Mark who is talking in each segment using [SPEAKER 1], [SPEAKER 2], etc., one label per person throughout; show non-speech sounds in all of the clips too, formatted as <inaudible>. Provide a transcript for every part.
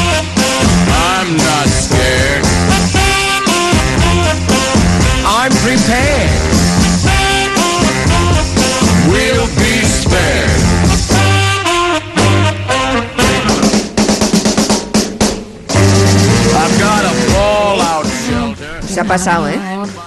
[SPEAKER 1] I'm not scared. I'm prepared. We'll be spared. I've got a fallout shelter.
[SPEAKER 2] Se ha pasado, ¿eh?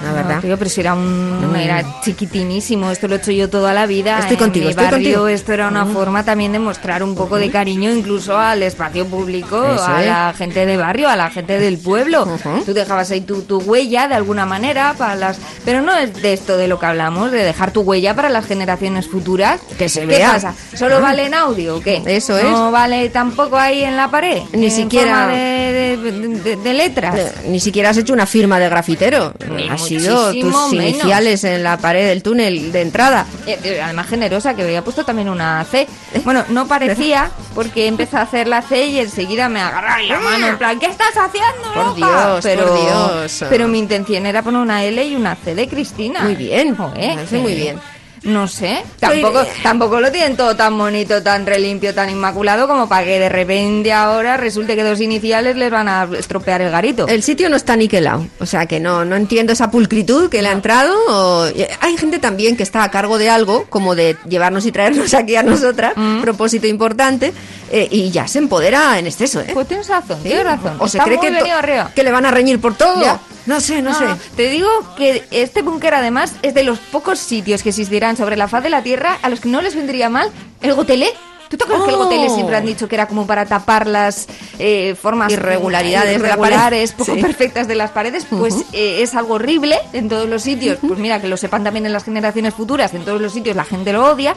[SPEAKER 2] La verdad.
[SPEAKER 3] Ah,
[SPEAKER 2] Mm.
[SPEAKER 3] Tío, pero si era un. Era chiquitinísimo, esto lo he hecho yo toda la vida.
[SPEAKER 2] Estoy
[SPEAKER 3] en
[SPEAKER 2] contigo,
[SPEAKER 3] mi
[SPEAKER 2] estoy
[SPEAKER 3] barrio,
[SPEAKER 2] contigo. Mm.
[SPEAKER 3] Esto era una forma también de mostrar un poco de cariño, incluso al espacio público,
[SPEAKER 2] Eso
[SPEAKER 3] a
[SPEAKER 2] es.
[SPEAKER 3] la gente de barrio, a la gente del pueblo.
[SPEAKER 2] Ujú.
[SPEAKER 3] Tú dejabas ahí tu, tu huella de alguna manera para las. Pero no es de esto de lo que hablamos, de dejar tu huella para las generaciones futuras.
[SPEAKER 2] Que se
[SPEAKER 3] ¿Qué
[SPEAKER 2] vea.
[SPEAKER 3] pasa? ¿Solo
[SPEAKER 2] Ah.
[SPEAKER 3] vale en audio o qué?
[SPEAKER 2] Eso
[SPEAKER 3] No
[SPEAKER 2] es.
[SPEAKER 3] vale tampoco ahí en la pared.
[SPEAKER 2] Ni
[SPEAKER 3] en
[SPEAKER 2] siquiera-
[SPEAKER 3] forma de, de- de- de- de letras.
[SPEAKER 2] Eh, Ni siquiera has hecho una firma de grafitero.
[SPEAKER 3] Ni
[SPEAKER 2] Has sido
[SPEAKER 3] muchísimo
[SPEAKER 2] tus
[SPEAKER 3] menos.
[SPEAKER 2] iniciales en la pared del túnel de entrada.
[SPEAKER 3] Eh, eh, Además generosa, que había puesto también una C. Bueno, no parecía, porque empezó a hacer la C y enseguida me agarraron la mano en plan, ¿qué estás haciendo,
[SPEAKER 2] ¡Ah! Por
[SPEAKER 3] loca?".
[SPEAKER 2] Dios,
[SPEAKER 3] pero,
[SPEAKER 2] por Dios.
[SPEAKER 3] Pero mi intención era poner una L y una C de Cristina.
[SPEAKER 2] Muy bien,
[SPEAKER 3] Joder,
[SPEAKER 2] me parece muy bien.
[SPEAKER 3] No sé, tampoco,
[SPEAKER 2] Soy-
[SPEAKER 3] tampoco lo tienen todo tan bonito, tan relimpio, tan inmaculado como para que de repente ahora resulte que dos iniciales les van a estropear el garito.
[SPEAKER 2] El sitio no está niquelado, o sea que no, no entiendo esa pulcritud que le ha entrado. o- y Hay gente también que está a cargo de algo, como de llevarnos y traernos aquí a nosotras,
[SPEAKER 3] Mm.
[SPEAKER 2] propósito importante, eh, y ya se empodera en exceso, ¿eh?
[SPEAKER 3] Pues tienes razón,
[SPEAKER 2] Sí.
[SPEAKER 3] tienes razón.
[SPEAKER 2] O se
[SPEAKER 3] Está
[SPEAKER 2] cree
[SPEAKER 3] muy
[SPEAKER 2] que, to-
[SPEAKER 3] venido arriba.
[SPEAKER 2] que le van a reñir por todo.
[SPEAKER 3] Ya.
[SPEAKER 2] No sé, no, sé.
[SPEAKER 3] Te digo que este búnker además es de los pocos sitios que existirán sobre la faz de la Tierra a los que no les vendría mal el gotelé. ¿Tú te acuerdas que el
[SPEAKER 2] Oh.
[SPEAKER 3] gotelé siempre han dicho que era como para tapar las eh, formas
[SPEAKER 2] Irregularidades de la pared.
[SPEAKER 3] irregulares, poco
[SPEAKER 2] Sí.
[SPEAKER 3] perfectas de las paredes? Pues eh, es algo horrible en todos los sitios. Pues mira, que lo sepan también en las generaciones futuras, en todos los sitios la gente lo odia,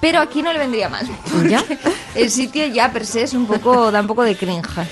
[SPEAKER 3] pero aquí no le vendría mal.
[SPEAKER 2] Ya.
[SPEAKER 3] porque El sitio ya per se es un poco, da un poco de cringe.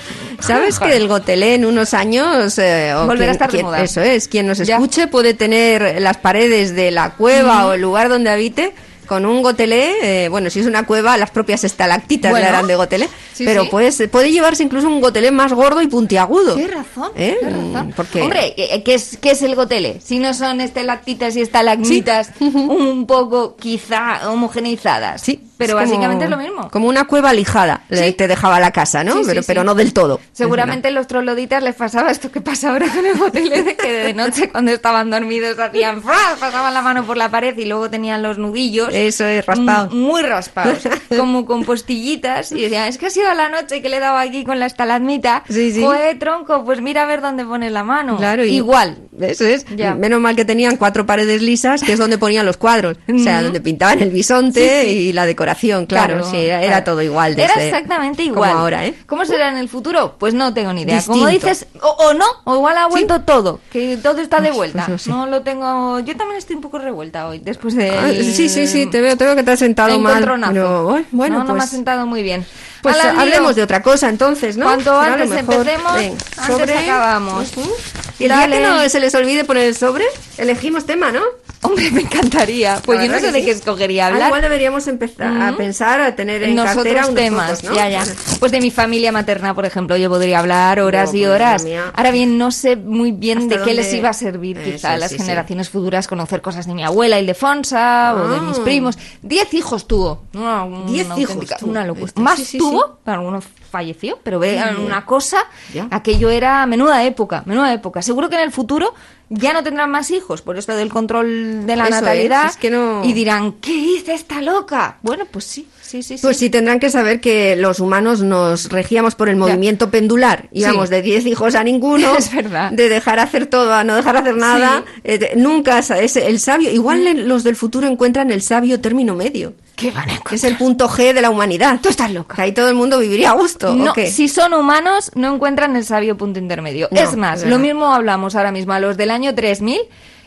[SPEAKER 2] ¿Sabes que el gotelé en unos años... eh, o
[SPEAKER 3] Volverá
[SPEAKER 2] quien-
[SPEAKER 3] a estar de
[SPEAKER 2] quien-
[SPEAKER 3] moda.
[SPEAKER 2] Eso es, quien nos
[SPEAKER 3] Ya.
[SPEAKER 2] escuche puede tener las paredes de la cueva o el lugar donde habite con un gotelé, eh, bueno, si es una cueva, las propias estalactitas
[SPEAKER 3] Bueno.
[SPEAKER 2] le harán de gotelé,
[SPEAKER 3] Sí,
[SPEAKER 2] pero
[SPEAKER 3] sí.
[SPEAKER 2] puedes- puede llevarse incluso un gotelé más gordo y puntiagudo.
[SPEAKER 3] Qué razón,
[SPEAKER 2] ¿Eh?
[SPEAKER 3] qué razón.
[SPEAKER 2] Mm, Porque
[SPEAKER 3] Hombre, ¿qué, qué es, qué es el gotele? Si no son estalactitas y estalagmitas
[SPEAKER 2] <laughs>
[SPEAKER 3] un poco quizá homogeneizadas.
[SPEAKER 2] sí,
[SPEAKER 3] Pero
[SPEAKER 2] es como-
[SPEAKER 3] básicamente es lo mismo.
[SPEAKER 2] Como una cueva lijada, le-
[SPEAKER 3] Sí.
[SPEAKER 2] te dejaba la casa, ¿no?
[SPEAKER 3] Sí, sí,
[SPEAKER 2] pero,
[SPEAKER 3] sí.
[SPEAKER 2] pero no del todo.
[SPEAKER 3] Seguramente los troloditas les pasaba esto que pasa ahora con el gotele, de que de noche cuando estaban dormidos hacían ¡fras! pasaban la mano por la pared y luego tenían los nudillos.
[SPEAKER 2] Eso es, raspado.
[SPEAKER 3] Mm, Muy raspados,
[SPEAKER 2] <laughs>
[SPEAKER 3] como con postillitas. Y decían, es que ha sido la noche que le he dado aquí con la estalagmita.
[SPEAKER 2] Sí, sí.
[SPEAKER 3] Joder, tronco, pues mira a ver dónde pones la
[SPEAKER 2] <laughs>
[SPEAKER 3] mano.
[SPEAKER 2] Claro, y-
[SPEAKER 3] Igual.
[SPEAKER 2] Eso es.
[SPEAKER 3] Ya.
[SPEAKER 2] Menos mal que tenían cuatro paredes lisas, que es donde ponían los cuadros. O sea,
[SPEAKER 3] Ujú.
[SPEAKER 2] donde pintaban el bisonte y la decoración, claro. sí, era
[SPEAKER 3] claro.
[SPEAKER 2] todo igual.
[SPEAKER 3] Era
[SPEAKER 2] desde-
[SPEAKER 3] exactamente
[SPEAKER 2] como
[SPEAKER 3] igual.
[SPEAKER 2] ahora, ¿eh?
[SPEAKER 3] ¿Cómo será en el futuro? Pues no tengo ni idea. Como
[SPEAKER 2] Distinto.
[SPEAKER 3] dices, o, o no, o igual ha vuelto todo, que todo está de
[SPEAKER 2] Pues-
[SPEAKER 3] vuelta.
[SPEAKER 2] pues no sé.
[SPEAKER 3] no, lo tengo. Yo también estoy un poco revuelta hoy, después de.
[SPEAKER 2] Ah, sí, sí, sí, te veo, te veo que te has sentado mal. pero, bueno, bueno,
[SPEAKER 3] no, no me ha
[SPEAKER 2] pues,
[SPEAKER 3] sentado muy bien.
[SPEAKER 2] pues,
[SPEAKER 3] Al lío.
[SPEAKER 2] hablemos de otra cosa entonces, ¿no?
[SPEAKER 3] Cuanto
[SPEAKER 2] Será lo
[SPEAKER 3] antes
[SPEAKER 2] mejor.
[SPEAKER 3] empecemos,
[SPEAKER 2] Venga,
[SPEAKER 3] antes acabamos.
[SPEAKER 2] Ujú. Y el día
[SPEAKER 3] Dale.
[SPEAKER 2] que no se les olvide poner el sobre, elegimos tema, ¿no?
[SPEAKER 3] Hombre, me encantaría. Pues
[SPEAKER 2] La
[SPEAKER 3] yo no
[SPEAKER 2] verdad
[SPEAKER 3] sé
[SPEAKER 2] que
[SPEAKER 3] de qué
[SPEAKER 2] sí.
[SPEAKER 3] escogería
[SPEAKER 2] Al
[SPEAKER 3] hablar.
[SPEAKER 2] igual deberíamos empezar a pensar, a tener en
[SPEAKER 3] nosotros
[SPEAKER 2] cartera unos
[SPEAKER 3] temas,
[SPEAKER 2] pocos, ¿no?
[SPEAKER 3] ya, ya. Pues de mi familia materna, por ejemplo, yo podría hablar horas
[SPEAKER 2] No,
[SPEAKER 3] y
[SPEAKER 2] madre
[SPEAKER 3] horas.
[SPEAKER 2] mía.
[SPEAKER 3] Ahora bien, no sé muy bien
[SPEAKER 2] ¿Hasta
[SPEAKER 3] de qué les
[SPEAKER 2] dónde?
[SPEAKER 3] iba a servir
[SPEAKER 2] Eso,
[SPEAKER 3] quizá a las
[SPEAKER 2] sí, sí.
[SPEAKER 3] generaciones futuras conocer cosas de mi abuela Ildefonsa o de mis
[SPEAKER 2] Ah.
[SPEAKER 3] primos. Diez hijos tuvo. Una,
[SPEAKER 2] Diez
[SPEAKER 3] una
[SPEAKER 2] hijos
[SPEAKER 3] auténtica-
[SPEAKER 2] tuvo.
[SPEAKER 3] Una locura.
[SPEAKER 2] Este,
[SPEAKER 3] Más
[SPEAKER 2] sí, sí,
[SPEAKER 3] tuvo,
[SPEAKER 2] sí.
[SPEAKER 3] algunos falleció, pero vean una cosa,
[SPEAKER 2] Ya.
[SPEAKER 3] aquello era menuda época, menuda época. Seguro que en el futuro ya no tendrán más hijos por esto del control del- de la
[SPEAKER 2] Eso es,
[SPEAKER 3] natalidad
[SPEAKER 2] es que no-
[SPEAKER 3] y dirán, ¿qué hice esta loca? Bueno, pues sí, sí, sí.
[SPEAKER 2] Pues
[SPEAKER 3] sí.
[SPEAKER 2] sí, tendrán que saber que los humanos nos regíamos por el movimiento pendular. Íbamos
[SPEAKER 3] Sí.
[SPEAKER 2] de 10 hijos a ninguno.
[SPEAKER 3] <laughs> Es verdad.
[SPEAKER 2] De dejar hacer todo a no dejar hacer nada.
[SPEAKER 3] Sí.
[SPEAKER 2] Eh, de- nunca sa- es el sabio. Igual le- los del futuro encuentran el sabio término medio,
[SPEAKER 3] ¿Qué van a encontrar?
[SPEAKER 2] que es el punto G de la humanidad.
[SPEAKER 3] Tú estás loca.
[SPEAKER 2] Que ahí todo el mundo viviría a gusto. ¿o
[SPEAKER 3] No,
[SPEAKER 2] qué?
[SPEAKER 3] si son humanos, no encuentran el sabio punto intermedio.
[SPEAKER 2] No,
[SPEAKER 3] es más,
[SPEAKER 2] es verdad.
[SPEAKER 3] lo mismo hablamos ahora mismo a los del año 3000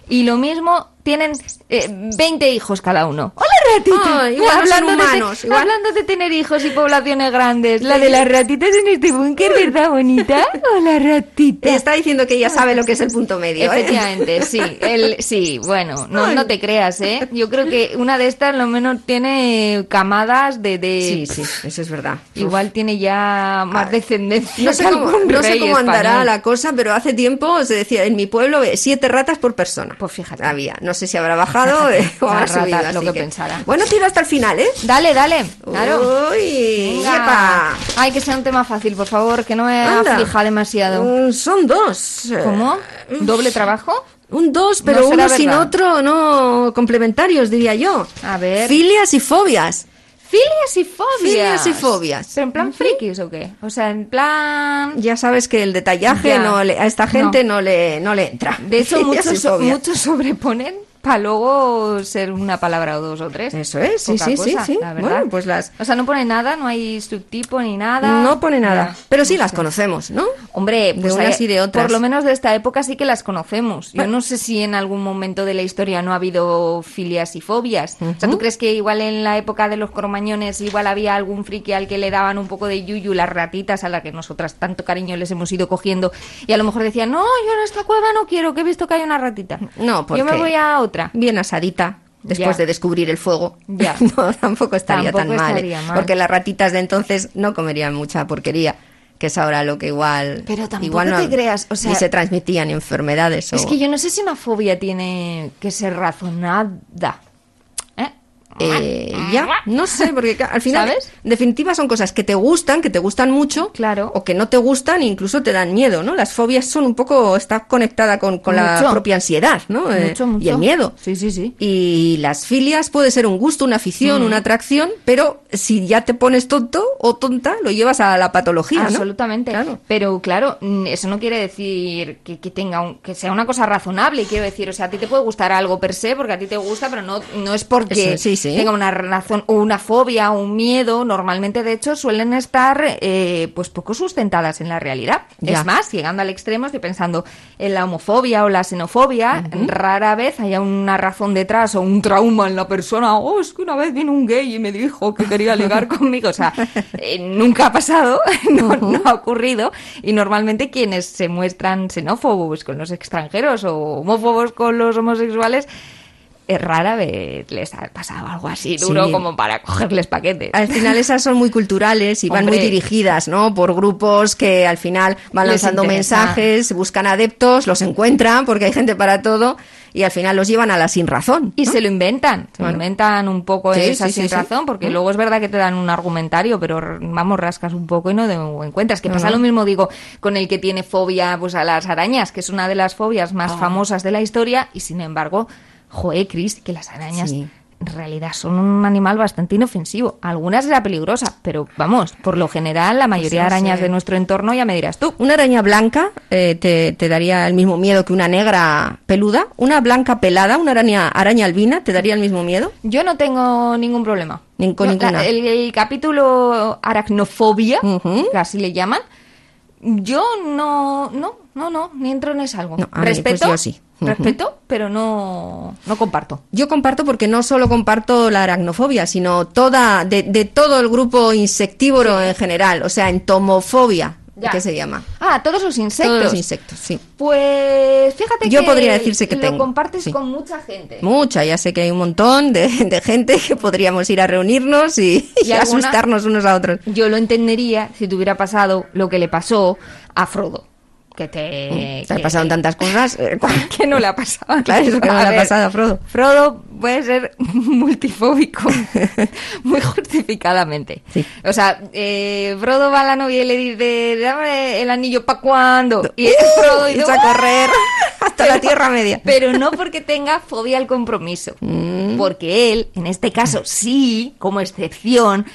[SPEAKER 3] y lo mismo tienen eh, 20 hijos cada uno. ¡Hola, ratita!
[SPEAKER 2] Ah, igual no son
[SPEAKER 3] de te-
[SPEAKER 2] humanos, igual.
[SPEAKER 3] hablando de tener hijos y poblaciones grandes. La de las ratitas en este búnker, ¿verdad, <laughs> bonita? Hola, ratita.
[SPEAKER 2] Está diciendo que ya sabe lo que es el punto medio. ¿eh?
[SPEAKER 3] Efectivamente, sí. El, sí, bueno, no, no te creas, ¿eh? Yo creo que una de estas, lo menos, tiene camadas de. de
[SPEAKER 2] <laughs> Sí, sí, eso es verdad.
[SPEAKER 3] Igual tiene ya más descendencia.
[SPEAKER 2] No sé
[SPEAKER 3] que
[SPEAKER 2] cómo,
[SPEAKER 3] algún
[SPEAKER 2] no sé
[SPEAKER 3] rey
[SPEAKER 2] cómo andará
[SPEAKER 3] español.
[SPEAKER 2] la cosa, pero hace tiempo se decía en mi pueblo eh, siete ratas por persona.
[SPEAKER 3] Pues fíjate.
[SPEAKER 2] Había. No sé si habrá
[SPEAKER 3] <laughs>
[SPEAKER 2] bajado eh, o
[SPEAKER 3] Una
[SPEAKER 2] habrá
[SPEAKER 3] rata,
[SPEAKER 2] subido. así
[SPEAKER 3] lo que pensara.
[SPEAKER 2] Bueno, tiro hasta el final, ¿eh?
[SPEAKER 3] Dale, dale, claro.
[SPEAKER 2] Uy,
[SPEAKER 3] Venga.
[SPEAKER 2] yepa.
[SPEAKER 3] Ay, que sea un tema fácil, por favor, que no me
[SPEAKER 2] Anda.
[SPEAKER 3] aflija demasiado.
[SPEAKER 2] Mm, son dos. eh,
[SPEAKER 3] ¿Cómo? ¿Doble
[SPEAKER 2] Mm.
[SPEAKER 3] trabajo?
[SPEAKER 2] Un dos, pero
[SPEAKER 3] No
[SPEAKER 2] uno
[SPEAKER 3] será
[SPEAKER 2] sin
[SPEAKER 3] verdad.
[SPEAKER 2] otro, no complementarios, diría yo.
[SPEAKER 3] A ver.
[SPEAKER 2] Filias y fobias.
[SPEAKER 3] Filias y fobias.
[SPEAKER 2] Filias y fobias. Mm-hmm.
[SPEAKER 3] ¿Pero en plan frikis o qué? O sea, en plan...
[SPEAKER 2] Ya sabes que el detallaje
[SPEAKER 3] Ya.
[SPEAKER 2] no le- a esta gente no, le, no le entra. <laughs>
[SPEAKER 3] De hecho,
[SPEAKER 2] Filias y
[SPEAKER 3] muchos, so-
[SPEAKER 2] fobias.
[SPEAKER 3] muchos sobreponen para luego ser una palabra o dos o tres.
[SPEAKER 2] Eso es, sí,
[SPEAKER 3] Poca
[SPEAKER 2] sí, sí,
[SPEAKER 3] cosa,
[SPEAKER 2] sí.
[SPEAKER 3] la verdad.
[SPEAKER 2] Bueno, pues las-
[SPEAKER 3] O sea, no pone nada, no hay subtipo ni nada.
[SPEAKER 2] No pone nada.
[SPEAKER 3] Ya.
[SPEAKER 2] Pero sí las conocemos, ¿no?
[SPEAKER 3] Hombre,
[SPEAKER 2] De
[SPEAKER 3] pues
[SPEAKER 2] unas
[SPEAKER 3] hay-
[SPEAKER 2] y de otras.
[SPEAKER 3] por lo menos de esta época sí que las conocemos. Yo no sé si en algún momento de la historia no ha habido filias y fobias. O sea, ¿tú crees que igual en la época de los cromañones igual había algún friki al que le daban un poco de yuyu las ratitas a las que nosotras tanto cariño les hemos ido cogiendo y a lo mejor decían, no, yo en esta cueva no quiero, que he visto que hay una ratita.
[SPEAKER 2] No, porque
[SPEAKER 3] Yo me voy a otra.
[SPEAKER 2] Bien asadita. Después
[SPEAKER 3] Ya.
[SPEAKER 2] de descubrir el fuego,
[SPEAKER 3] Ya.
[SPEAKER 2] <laughs> no, tampoco estaría tan
[SPEAKER 3] Tampoco
[SPEAKER 2] mal, ¿eh?
[SPEAKER 3] estaría mal.
[SPEAKER 2] Porque las ratitas de entonces no comerían mucha porquería, que es ahora lo que igual.
[SPEAKER 3] Pero tampoco
[SPEAKER 2] igual no-
[SPEAKER 3] te creas, o sea-
[SPEAKER 2] Ni se transmitían enfermedades. o-
[SPEAKER 3] Es que yo no sé si una fobia tiene que ser razonada. ¿Eh? Mm.
[SPEAKER 2] Eh, ya, no sé, porque ca- al final,
[SPEAKER 3] ¿Sabes?
[SPEAKER 2] en definitiva, son cosas que te gustan, que te gustan mucho,
[SPEAKER 3] Claro.
[SPEAKER 2] o que no te gustan e incluso te dan miedo, ¿no? Las fobias son un poco, está conectada con, con la
[SPEAKER 3] Mucho.
[SPEAKER 2] propia ansiedad, ¿no? Eh,
[SPEAKER 3] Mucho, mucho.
[SPEAKER 2] Y el miedo.
[SPEAKER 3] Sí, sí, sí.
[SPEAKER 2] Y las filias puede ser un gusto, una afición,
[SPEAKER 3] Mm.
[SPEAKER 2] una atracción, pero si ya te pones tonto o tonta, lo llevas a la patología, ¿no?
[SPEAKER 3] Absolutamente.
[SPEAKER 2] Claro.
[SPEAKER 3] Pero claro, mm, eso no quiere decir que, que tenga un- que sea una cosa razonable, quiero decir, o sea, a ti te puede gustar algo per se porque a ti te gusta, pero no no es porque
[SPEAKER 2] Eso, sí, sí.
[SPEAKER 3] tenga una razón o una fobia o un miedo, normalmente de hecho suelen estar eh, pues poco sustentadas en la realidad.
[SPEAKER 2] Ya.
[SPEAKER 3] Es más, llegando al extremo estoy pensando en la homofobia o la xenofobia, rara vez haya una razón detrás o un trauma en la persona, oh, es que una vez vino un gay y me dijo que quería ligar conmigo, o sea, eh, nunca ha pasado, <laughs> no, no ha ocurrido, y normalmente quienes se muestran xenófobos con los extranjeros o homófobos con los homosexuales, es rara vez les ha pasado algo así duro
[SPEAKER 2] Sí.
[SPEAKER 3] como para cogerles paquetes.
[SPEAKER 2] Al final esas son muy culturales y van
[SPEAKER 3] Hombre.
[SPEAKER 2] muy dirigidas, ¿no? Por grupos que al final van
[SPEAKER 3] Les
[SPEAKER 2] lanzando
[SPEAKER 3] interesa.
[SPEAKER 2] mensajes, buscan adeptos, los encuentran porque hay gente para todo y al final los llevan a la sin razón.
[SPEAKER 3] Y se lo inventan, se lo inventan un poco
[SPEAKER 2] Sí,
[SPEAKER 3] esa
[SPEAKER 2] sí, sí,
[SPEAKER 3] sin
[SPEAKER 2] sí.
[SPEAKER 3] razón, porque luego es verdad que te dan un argumentario, pero r- vamos, rascas un poco y no te encuentras. Que pasa
[SPEAKER 2] Ajá.
[SPEAKER 3] lo mismo, digo, con el que tiene fobia pues, a las arañas, que es una de las fobias
[SPEAKER 2] Ah.
[SPEAKER 3] más famosas de la historia, y sin embargo, joe, Chris, que las arañas.
[SPEAKER 2] Sí.
[SPEAKER 3] En realidad son un animal bastante inofensivo. Algunas era peligrosa, pero vamos, por lo general, la mayoría
[SPEAKER 2] Pues
[SPEAKER 3] de
[SPEAKER 2] no
[SPEAKER 3] arañas
[SPEAKER 2] sé.
[SPEAKER 3] de nuestro entorno ya me dirás tú.
[SPEAKER 2] Una araña blanca eh, te, te daría el mismo miedo que una negra peluda. Una blanca pelada, una araña, araña albina, te daría el mismo miedo.
[SPEAKER 3] Yo no tengo ningún problema.
[SPEAKER 2] Ni- con
[SPEAKER 3] No, la-
[SPEAKER 2] ninguna.
[SPEAKER 3] el, el capítulo aracnofobia,
[SPEAKER 2] Ujú.
[SPEAKER 3] que así le llaman, yo no, no, no, no, ni entro ni salgo.
[SPEAKER 2] No, a mí,
[SPEAKER 3] respeto,
[SPEAKER 2] pues yo sí. Ujú.
[SPEAKER 3] respeto, pero no, no comparto.
[SPEAKER 2] Yo comparto porque no solo comparto la aracnofobia, sino toda de, de todo el grupo insectívoro en general, o sea, entomofobia,
[SPEAKER 3] Ya.
[SPEAKER 2] que se llama.
[SPEAKER 3] Ah, todos los insectos.
[SPEAKER 2] Todos los insectos, sí.
[SPEAKER 3] Pues fíjate
[SPEAKER 2] Yo
[SPEAKER 3] que
[SPEAKER 2] podría decirse que
[SPEAKER 3] lo
[SPEAKER 2] tengo,
[SPEAKER 3] compartes
[SPEAKER 2] sí.
[SPEAKER 3] con mucha gente.
[SPEAKER 2] Mucha, ya sé que hay un montón de, de gente que podríamos ir a reunirnos y,
[SPEAKER 3] ¿Y
[SPEAKER 2] y
[SPEAKER 3] alguna?
[SPEAKER 2] asustarnos unos a otros.
[SPEAKER 3] Yo lo entendería si te hubiera pasado lo que le pasó a Frodo. Que te.
[SPEAKER 2] Mm, Te
[SPEAKER 3] Eh, que-
[SPEAKER 2] pasaron tantas cosas. eh, <laughs> cua-
[SPEAKER 3] <laughs> que no le ha pasado.
[SPEAKER 2] Claro, eso que no le ha pasado a Frodo.
[SPEAKER 3] Frodo puede ser <laughs> multifóbico, <laughs> muy justificadamente.
[SPEAKER 2] Sí.
[SPEAKER 3] O sea, eh, Frodo va a la novia y le dice, dame el anillo para cuando. Y Frodo
[SPEAKER 2] y <laughs>
[SPEAKER 3] dice,
[SPEAKER 2] echa a
[SPEAKER 3] "¡Uah!".
[SPEAKER 2] correr <laughs> hasta hasta la tierra media.
[SPEAKER 3] <laughs>
[SPEAKER 2] Mm.
[SPEAKER 3] Pero no porque tenga fobia al compromiso. Porque él, en este caso, sí, como excepción,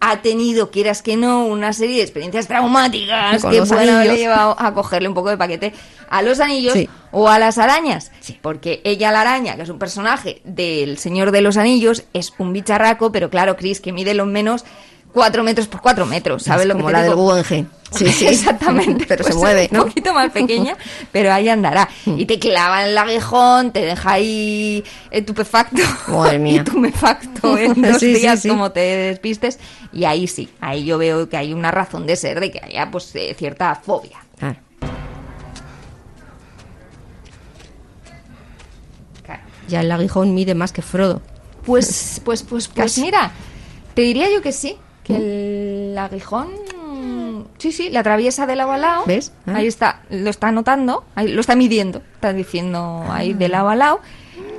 [SPEAKER 3] ha tenido, quieras que no, una serie de experiencias traumáticas
[SPEAKER 2] Con
[SPEAKER 3] que
[SPEAKER 2] los
[SPEAKER 3] pueden haberle
[SPEAKER 2] anillos.
[SPEAKER 3] llevado a cogerle un poco de paquete a los anillos
[SPEAKER 2] Sí.
[SPEAKER 3] o a las arañas. Porque ella, la araña, que es un personaje del Señor de los Anillos, es un bicharraco, pero claro, Chris, que mide lo menos 4 metros por 4 metros. ¿Sabes
[SPEAKER 2] Es
[SPEAKER 3] lo
[SPEAKER 2] como
[SPEAKER 3] que te
[SPEAKER 2] la
[SPEAKER 3] digo?
[SPEAKER 2] del Guggenheim. Sí, sí.
[SPEAKER 3] <laughs> Exactamente.
[SPEAKER 2] <laughs> Pero
[SPEAKER 3] pues
[SPEAKER 2] se mueve,
[SPEAKER 3] Un
[SPEAKER 2] ¿no? Mm.
[SPEAKER 3] poquito más pequeña,
[SPEAKER 2] <laughs>
[SPEAKER 3] pero ahí andará. Y te clava en el aguijón, te deja ahí estupefacto.
[SPEAKER 2] Madre
[SPEAKER 3] <laughs>
[SPEAKER 2] mía.
[SPEAKER 3] Estupefacto
[SPEAKER 2] <laughs>
[SPEAKER 3] en dos
[SPEAKER 2] Sí, sí,
[SPEAKER 3] días,
[SPEAKER 2] sí.
[SPEAKER 3] como te despistes. Y ahí sí, ahí yo veo que hay una razón de ser, de que haya pues eh, cierta fobia.
[SPEAKER 2] Claro.
[SPEAKER 3] Claro.
[SPEAKER 2] Ya el aguijón mide más que Frodo. <laughs>
[SPEAKER 3] Pues, pues, pues, pues
[SPEAKER 2] Casi.
[SPEAKER 3] mira, te diría yo que sí, que el aguijón, mm, sí, sí, la atraviesa de lado a lado.
[SPEAKER 2] ¿Ves? Ah.
[SPEAKER 3] Ahí está, lo está anotando, ahí lo está midiendo, está diciendo ahí de lado a lado.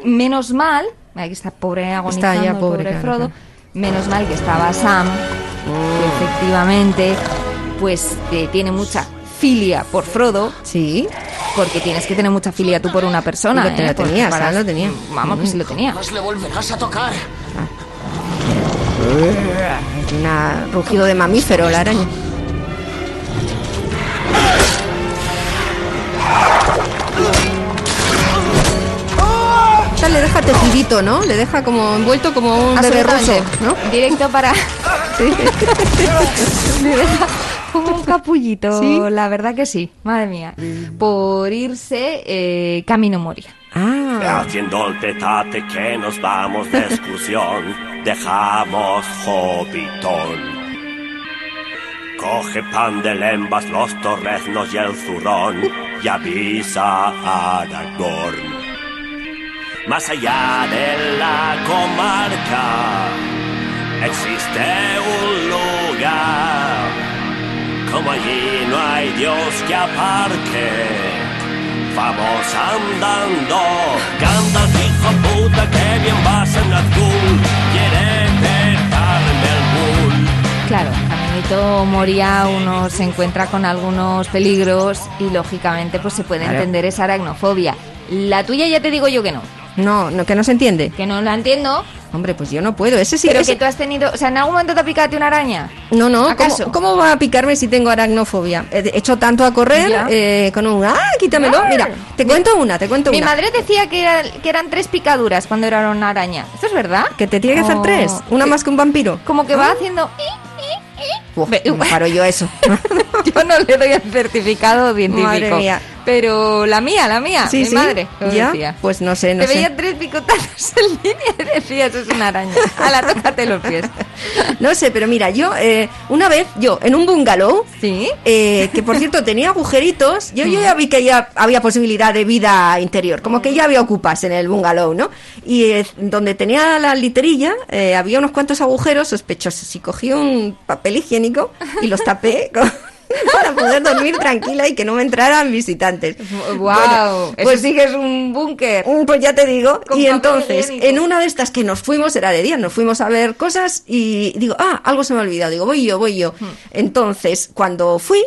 [SPEAKER 3] Menos mal, aquí está pobre agonizando,
[SPEAKER 2] ya
[SPEAKER 3] el
[SPEAKER 2] pobre,
[SPEAKER 3] pobre,
[SPEAKER 2] claro, Oh.
[SPEAKER 3] Frodo.
[SPEAKER 2] claro.
[SPEAKER 3] Menos mal que estaba Sam, que efectivamente, pues eh, tiene mucha filia por Frodo,
[SPEAKER 2] Sí.
[SPEAKER 3] porque tienes que tener mucha filia tú por una persona.
[SPEAKER 2] Lo te-
[SPEAKER 3] ¿eh?
[SPEAKER 2] lo
[SPEAKER 3] Porque
[SPEAKER 2] tenía,
[SPEAKER 3] para-
[SPEAKER 2] Sam lo tenía. Mm.
[SPEAKER 3] Vamos, que sí lo tenía.
[SPEAKER 1] le volverás a tocar.
[SPEAKER 2] Una rugido de mamífero la araña. Esta le deja tejidito, ¿no? Le deja como envuelto como un bebé ruso,
[SPEAKER 3] Absolutamente.
[SPEAKER 2] ¿no?
[SPEAKER 3] Directo
[SPEAKER 2] <laughs>
[SPEAKER 3] para. De verdad, Como un capullito,
[SPEAKER 2] Sí.
[SPEAKER 3] la verdad que sí, madre mía. Por irse, eh, Camino Moria.
[SPEAKER 2] Ah,
[SPEAKER 4] Haciendo el petate que nos vamos de excursión, dejamos Hobbiton. Coge pan de lembas, los torreznos y el zurrón, y avisa a Aragorn. Más allá de la comarca, existe un lugar. Como allí no hay Dios que aparque, Vamos andando, canta hijo puta que bien vas en azul, quiere dejarme el bull.
[SPEAKER 3] Claro, Caminito Moria uno se encuentra con algunos peligros y lógicamente pues se puede
[SPEAKER 2] Claro.
[SPEAKER 3] entender esa aracnofobia. La tuya ya te digo yo que no,
[SPEAKER 2] no, no, que no se entiende.
[SPEAKER 3] que no la entiendo,
[SPEAKER 2] Hombre, pues yo no puedo. Ese sí
[SPEAKER 3] pero
[SPEAKER 2] ese-
[SPEAKER 3] que tú has tenido, o sea, en algún momento te ha picado a ti una araña.
[SPEAKER 2] No, no,
[SPEAKER 3] ¿Acaso?
[SPEAKER 2] ¿cómo, cómo va a picarme si tengo aracnofobia? He hecho tanto a correr
[SPEAKER 3] Ya.
[SPEAKER 2] eh, con un... ¡Ah, quítamelo!
[SPEAKER 3] Ar.
[SPEAKER 2] Mira, te cuento una, te cuento
[SPEAKER 3] Mi
[SPEAKER 2] una.
[SPEAKER 3] madre decía que, era- que eran tres picaduras cuando era una araña. ¿Esto es verdad?
[SPEAKER 2] Que te tiene que hacer
[SPEAKER 3] Oh.
[SPEAKER 2] tres, una más que un vampiro.
[SPEAKER 3] Como que va haciendo... <laughs>
[SPEAKER 2] Uf,
[SPEAKER 3] Ve-
[SPEAKER 2] no paro yo a <laughs> eso.
[SPEAKER 3] Yo no le doy el certificado científico.
[SPEAKER 2] Madre mía.
[SPEAKER 3] Pero la mía, la mía, Ah, mi madre. lo
[SPEAKER 2] ¿Ya?
[SPEAKER 3] decía.
[SPEAKER 2] Pues no sé, no
[SPEAKER 3] Te
[SPEAKER 2] sé.
[SPEAKER 3] veía tres picotazos en línea y decía, eso es una araña. A la tócate
[SPEAKER 2] <laughs>
[SPEAKER 3] los pies.
[SPEAKER 2] No sé, pero mira, yo eh, una vez, yo en un bungalow,
[SPEAKER 3] ¿Sí?
[SPEAKER 2] eh, que por cierto tenía agujeritos, yo, yo ya vi que ya había posibilidad de vida interior, como que ya había ocupas en el bungalow, ¿no? Y eh, donde tenía la literilla eh, había unos cuantos agujeros sospechosos y cogí un papel higiénico y los
[SPEAKER 3] <laughs>
[SPEAKER 2] tapé con- <laughs> para poder dormir tranquila y que no me entraran visitantes.
[SPEAKER 3] ¡Guau!
[SPEAKER 2] Bueno, pues
[SPEAKER 3] eso sí que es un búnker.
[SPEAKER 2] Mm, Pues ya te digo.
[SPEAKER 3] Con
[SPEAKER 2] Y
[SPEAKER 3] papel
[SPEAKER 2] entonces,
[SPEAKER 3] higiénico.
[SPEAKER 2] en una de estas que nos fuimos, era de día, nos fuimos a ver cosas y digo, ah, algo se me ha olvidado. Digo, voy yo, voy yo.
[SPEAKER 3] Hmm.
[SPEAKER 2] Entonces, cuando fui,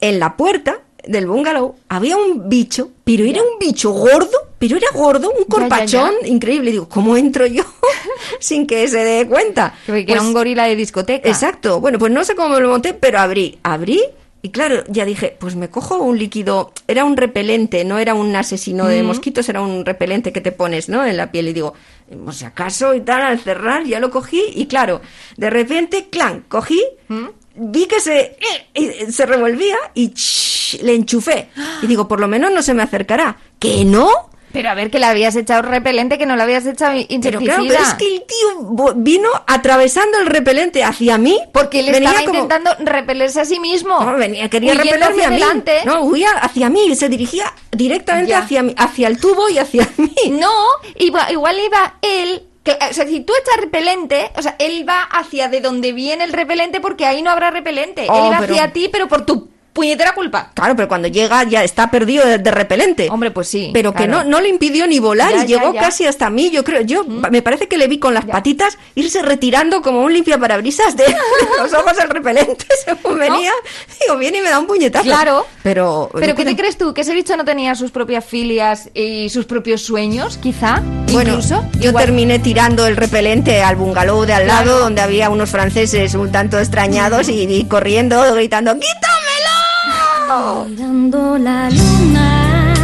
[SPEAKER 2] en la puerta del bungalow había un bicho, pero era un bicho gordo, pero era gordo, un
[SPEAKER 3] Ya, ya, ya.
[SPEAKER 2] corpachón increíble. Digo, ¿cómo entro yo <laughs> sin que se dé cuenta?
[SPEAKER 3] Que que era
[SPEAKER 2] Pues-
[SPEAKER 3] un gorila de discoteca.
[SPEAKER 2] Exacto. Bueno, pues no sé cómo me lo monté, pero abrí, abrí y claro, ya dije, pues me cojo un líquido, era un repelente, no era un asesino de mosquitos, era un repelente que te pones, ¿no? En la piel y digo, pues si acaso y tal, al cerrar ya lo cogí y claro, de repente, clan, cogí, vi que se, eh, eh, se revolvía y ch, le enchufé y digo, por lo menos no se me acercará. ¿Que no?
[SPEAKER 3] Pero a ver, que le habías echado repelente, que no le habías echado
[SPEAKER 2] Pero
[SPEAKER 3] insecticida.
[SPEAKER 2] claro, pero es que el tío vo- vino atravesando el repelente hacia mí
[SPEAKER 3] Porque él
[SPEAKER 2] venía
[SPEAKER 3] estaba
[SPEAKER 2] como-
[SPEAKER 3] intentando repelerse a sí mismo.
[SPEAKER 2] No, Oh, venía- quería
[SPEAKER 3] Huyendo
[SPEAKER 2] repelerme
[SPEAKER 3] hacia
[SPEAKER 2] a mí.
[SPEAKER 3] adelante.
[SPEAKER 2] No, huía hacia mí, se dirigía directamente
[SPEAKER 3] Ya.
[SPEAKER 2] hacia mí, hacia el tubo y hacia <laughs> mí.
[SPEAKER 3] <laughs> No, iba- igual iba él. que- o sea, si tú echas repelente, o sea, él va hacia de donde viene el repelente porque ahí no habrá repelente.
[SPEAKER 2] Oh,
[SPEAKER 3] él va
[SPEAKER 2] pero-
[SPEAKER 3] hacia ti, pero por tu puñetera culpa.
[SPEAKER 2] Claro, pero cuando llega ya está perdido de, de repelente.
[SPEAKER 3] Hombre, pues sí.
[SPEAKER 2] pero que
[SPEAKER 3] claro.
[SPEAKER 2] no, no le impidió ni volar
[SPEAKER 3] Ya,
[SPEAKER 2] y
[SPEAKER 3] ya,
[SPEAKER 2] llegó
[SPEAKER 3] ya. Mm.
[SPEAKER 2] casi hasta mí. Yo creo, yo me parece que le vi con las patitas irse retirando como un limpiaparabrisas de, <laughs> de los ojos el repelente <laughs> según venía. Digo, viene y me da un puñetazo.
[SPEAKER 3] Claro.
[SPEAKER 2] Pero,
[SPEAKER 3] ¿Pero qué te
[SPEAKER 2] Pues creo-
[SPEAKER 3] crees tú? ¿Que ese bicho no tenía sus propias filias y sus propios sueños, quizá?
[SPEAKER 2] Bueno,
[SPEAKER 3] Incluso.
[SPEAKER 2] yo
[SPEAKER 3] Igual-
[SPEAKER 2] terminé tirando el repelente al bungalow de al
[SPEAKER 3] Claro.
[SPEAKER 2] lado donde había unos franceses un tanto extrañados y, y corriendo, gritando ¡Quítamelo!
[SPEAKER 3] Mirando la luna.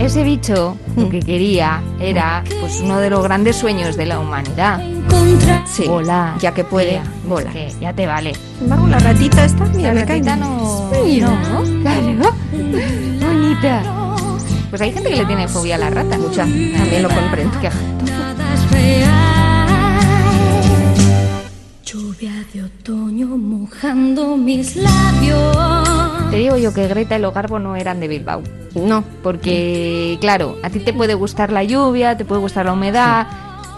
[SPEAKER 3] Ese bicho
[SPEAKER 2] Mm.
[SPEAKER 3] lo que quería era pues uno de los grandes sueños de la humanidad.
[SPEAKER 2] Sí,
[SPEAKER 3] volar.
[SPEAKER 2] ya que puede,
[SPEAKER 3] Mira, es
[SPEAKER 2] vola.
[SPEAKER 3] que ya te vale.
[SPEAKER 2] Sin embargo, la ratita esta, mira,
[SPEAKER 3] la
[SPEAKER 2] me cae.
[SPEAKER 3] ratita no, no, ¿no? Claro. <laughs> Bonita. Pues hay gente que le tiene fobia a la rata.
[SPEAKER 2] Mucha, también lo comprendo.
[SPEAKER 3] Qué-
[SPEAKER 5] Nada es real. Lluvia de otoño mojando mis labios.
[SPEAKER 3] Te digo yo que Greta y los Garbo no eran de Bilbao.
[SPEAKER 2] No,
[SPEAKER 3] Porque, claro, a ti te puede gustar la lluvia, te puede gustar la humedad,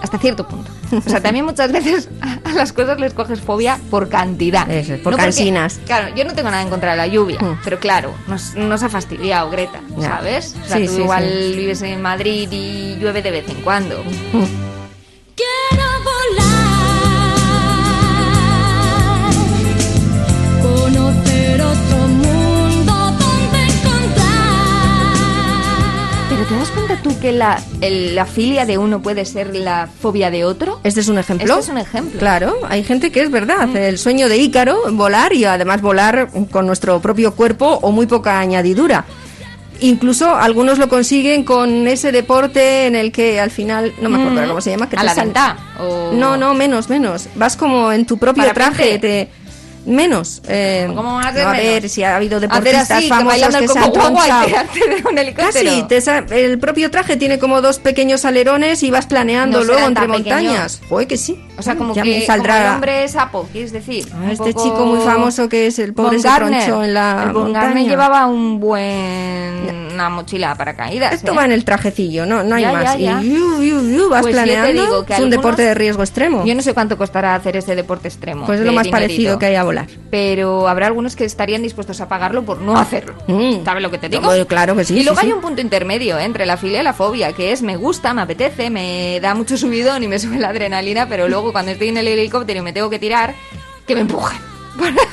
[SPEAKER 3] hasta cierto punto. O sea, también muchas veces a a las cosas les coges fobia por cantidad.
[SPEAKER 2] Eso es, por
[SPEAKER 3] porque-
[SPEAKER 2] cansinas.
[SPEAKER 3] claro, yo no tengo nada en contra de la lluvia,
[SPEAKER 2] Mm.
[SPEAKER 3] pero claro, nos, nos ha fastidiado Greta,
[SPEAKER 2] Ya.
[SPEAKER 3] ¿sabes? O sea,
[SPEAKER 2] Sí,
[SPEAKER 3] tú
[SPEAKER 2] sí,
[SPEAKER 3] igual
[SPEAKER 2] sí.
[SPEAKER 3] vives en Madrid y llueve de vez en cuando.
[SPEAKER 5] Quiero volar. Conocer otro mundo donde encontrar.
[SPEAKER 3] Pero ¿te das cuenta tú que la, el- la filia de uno puede ser la fobia de otro?
[SPEAKER 2] Este es un ejemplo.
[SPEAKER 3] Este es un ejemplo. Mm.
[SPEAKER 2] Claro, hay gente que es verdad. El sueño de Ícaro, volar y además volar con nuestro propio cuerpo o muy poca añadidura. Incluso algunos lo consiguen con ese deporte en el que al final, no me acuerdo ahora cómo se llama, que
[SPEAKER 3] Mm. ¿A
[SPEAKER 2] te
[SPEAKER 3] la
[SPEAKER 2] sal-
[SPEAKER 3] ventá? o-
[SPEAKER 2] No, no, menos, menos. Vas como en tu propio traje,
[SPEAKER 3] ¿Parapente?
[SPEAKER 2] te menos. eh,
[SPEAKER 3] ¿Cómo van
[SPEAKER 2] no,
[SPEAKER 3] a hacer
[SPEAKER 2] a ver
[SPEAKER 3] menos?
[SPEAKER 2] si ha habido
[SPEAKER 3] Hacer
[SPEAKER 2] deportistas
[SPEAKER 3] así, que
[SPEAKER 2] famosos
[SPEAKER 3] bailando
[SPEAKER 2] que
[SPEAKER 3] el
[SPEAKER 2] se han
[SPEAKER 3] <laughs> coco guagua y
[SPEAKER 2] tronchado.
[SPEAKER 3] tirarte de un helicóptero.
[SPEAKER 2] Casi, te sa- el propio traje tiene como dos pequeños alerones y vas planeando
[SPEAKER 3] No
[SPEAKER 2] luego
[SPEAKER 3] serán
[SPEAKER 2] entre
[SPEAKER 3] tan pequeños.
[SPEAKER 2] montañas. Joder, que sí.
[SPEAKER 3] O sea, como
[SPEAKER 2] Ya
[SPEAKER 3] que
[SPEAKER 2] me saldrá
[SPEAKER 3] como el hombre sapo, quieres decir.
[SPEAKER 2] Ah,
[SPEAKER 3] un
[SPEAKER 2] este
[SPEAKER 3] poco-
[SPEAKER 2] chico muy famoso que es el pobre
[SPEAKER 3] Von
[SPEAKER 2] se
[SPEAKER 3] Gardner.
[SPEAKER 2] tronchó en la
[SPEAKER 3] El Von Gardner
[SPEAKER 2] montaña.
[SPEAKER 3] llevaba un buen... una mochila ¿eh? para caídas.
[SPEAKER 2] Esto va en el trajecillo, no, no hay
[SPEAKER 3] Ya,
[SPEAKER 2] más.
[SPEAKER 3] ya, ya.
[SPEAKER 2] Y iu, iu, iu, vas
[SPEAKER 3] Pues yo te
[SPEAKER 2] planeando.
[SPEAKER 3] digo que
[SPEAKER 2] es un
[SPEAKER 3] algunos-
[SPEAKER 2] deporte de riesgo extremo.
[SPEAKER 3] Yo no sé cuánto costará hacer ese deporte extremo.
[SPEAKER 2] pues es
[SPEAKER 3] de
[SPEAKER 2] lo más
[SPEAKER 3] dinerito.
[SPEAKER 2] parecido que hay a volar.
[SPEAKER 3] Pero habrá algunos que estarían dispuestos a pagarlo por no hacerlo.
[SPEAKER 2] Mm.
[SPEAKER 3] ¿Sabes lo que te digo?
[SPEAKER 2] Hombre, claro que sí,
[SPEAKER 3] Y
[SPEAKER 2] sí,
[SPEAKER 3] luego
[SPEAKER 2] sí.
[SPEAKER 3] hay un punto intermedio entre la filia y la fobia, que es me gusta, me apetece, me da mucho subidón y me sube la adrenalina, pero luego cuando estoy en el helicóptero y me tengo que tirar, que me <laughs> empujen.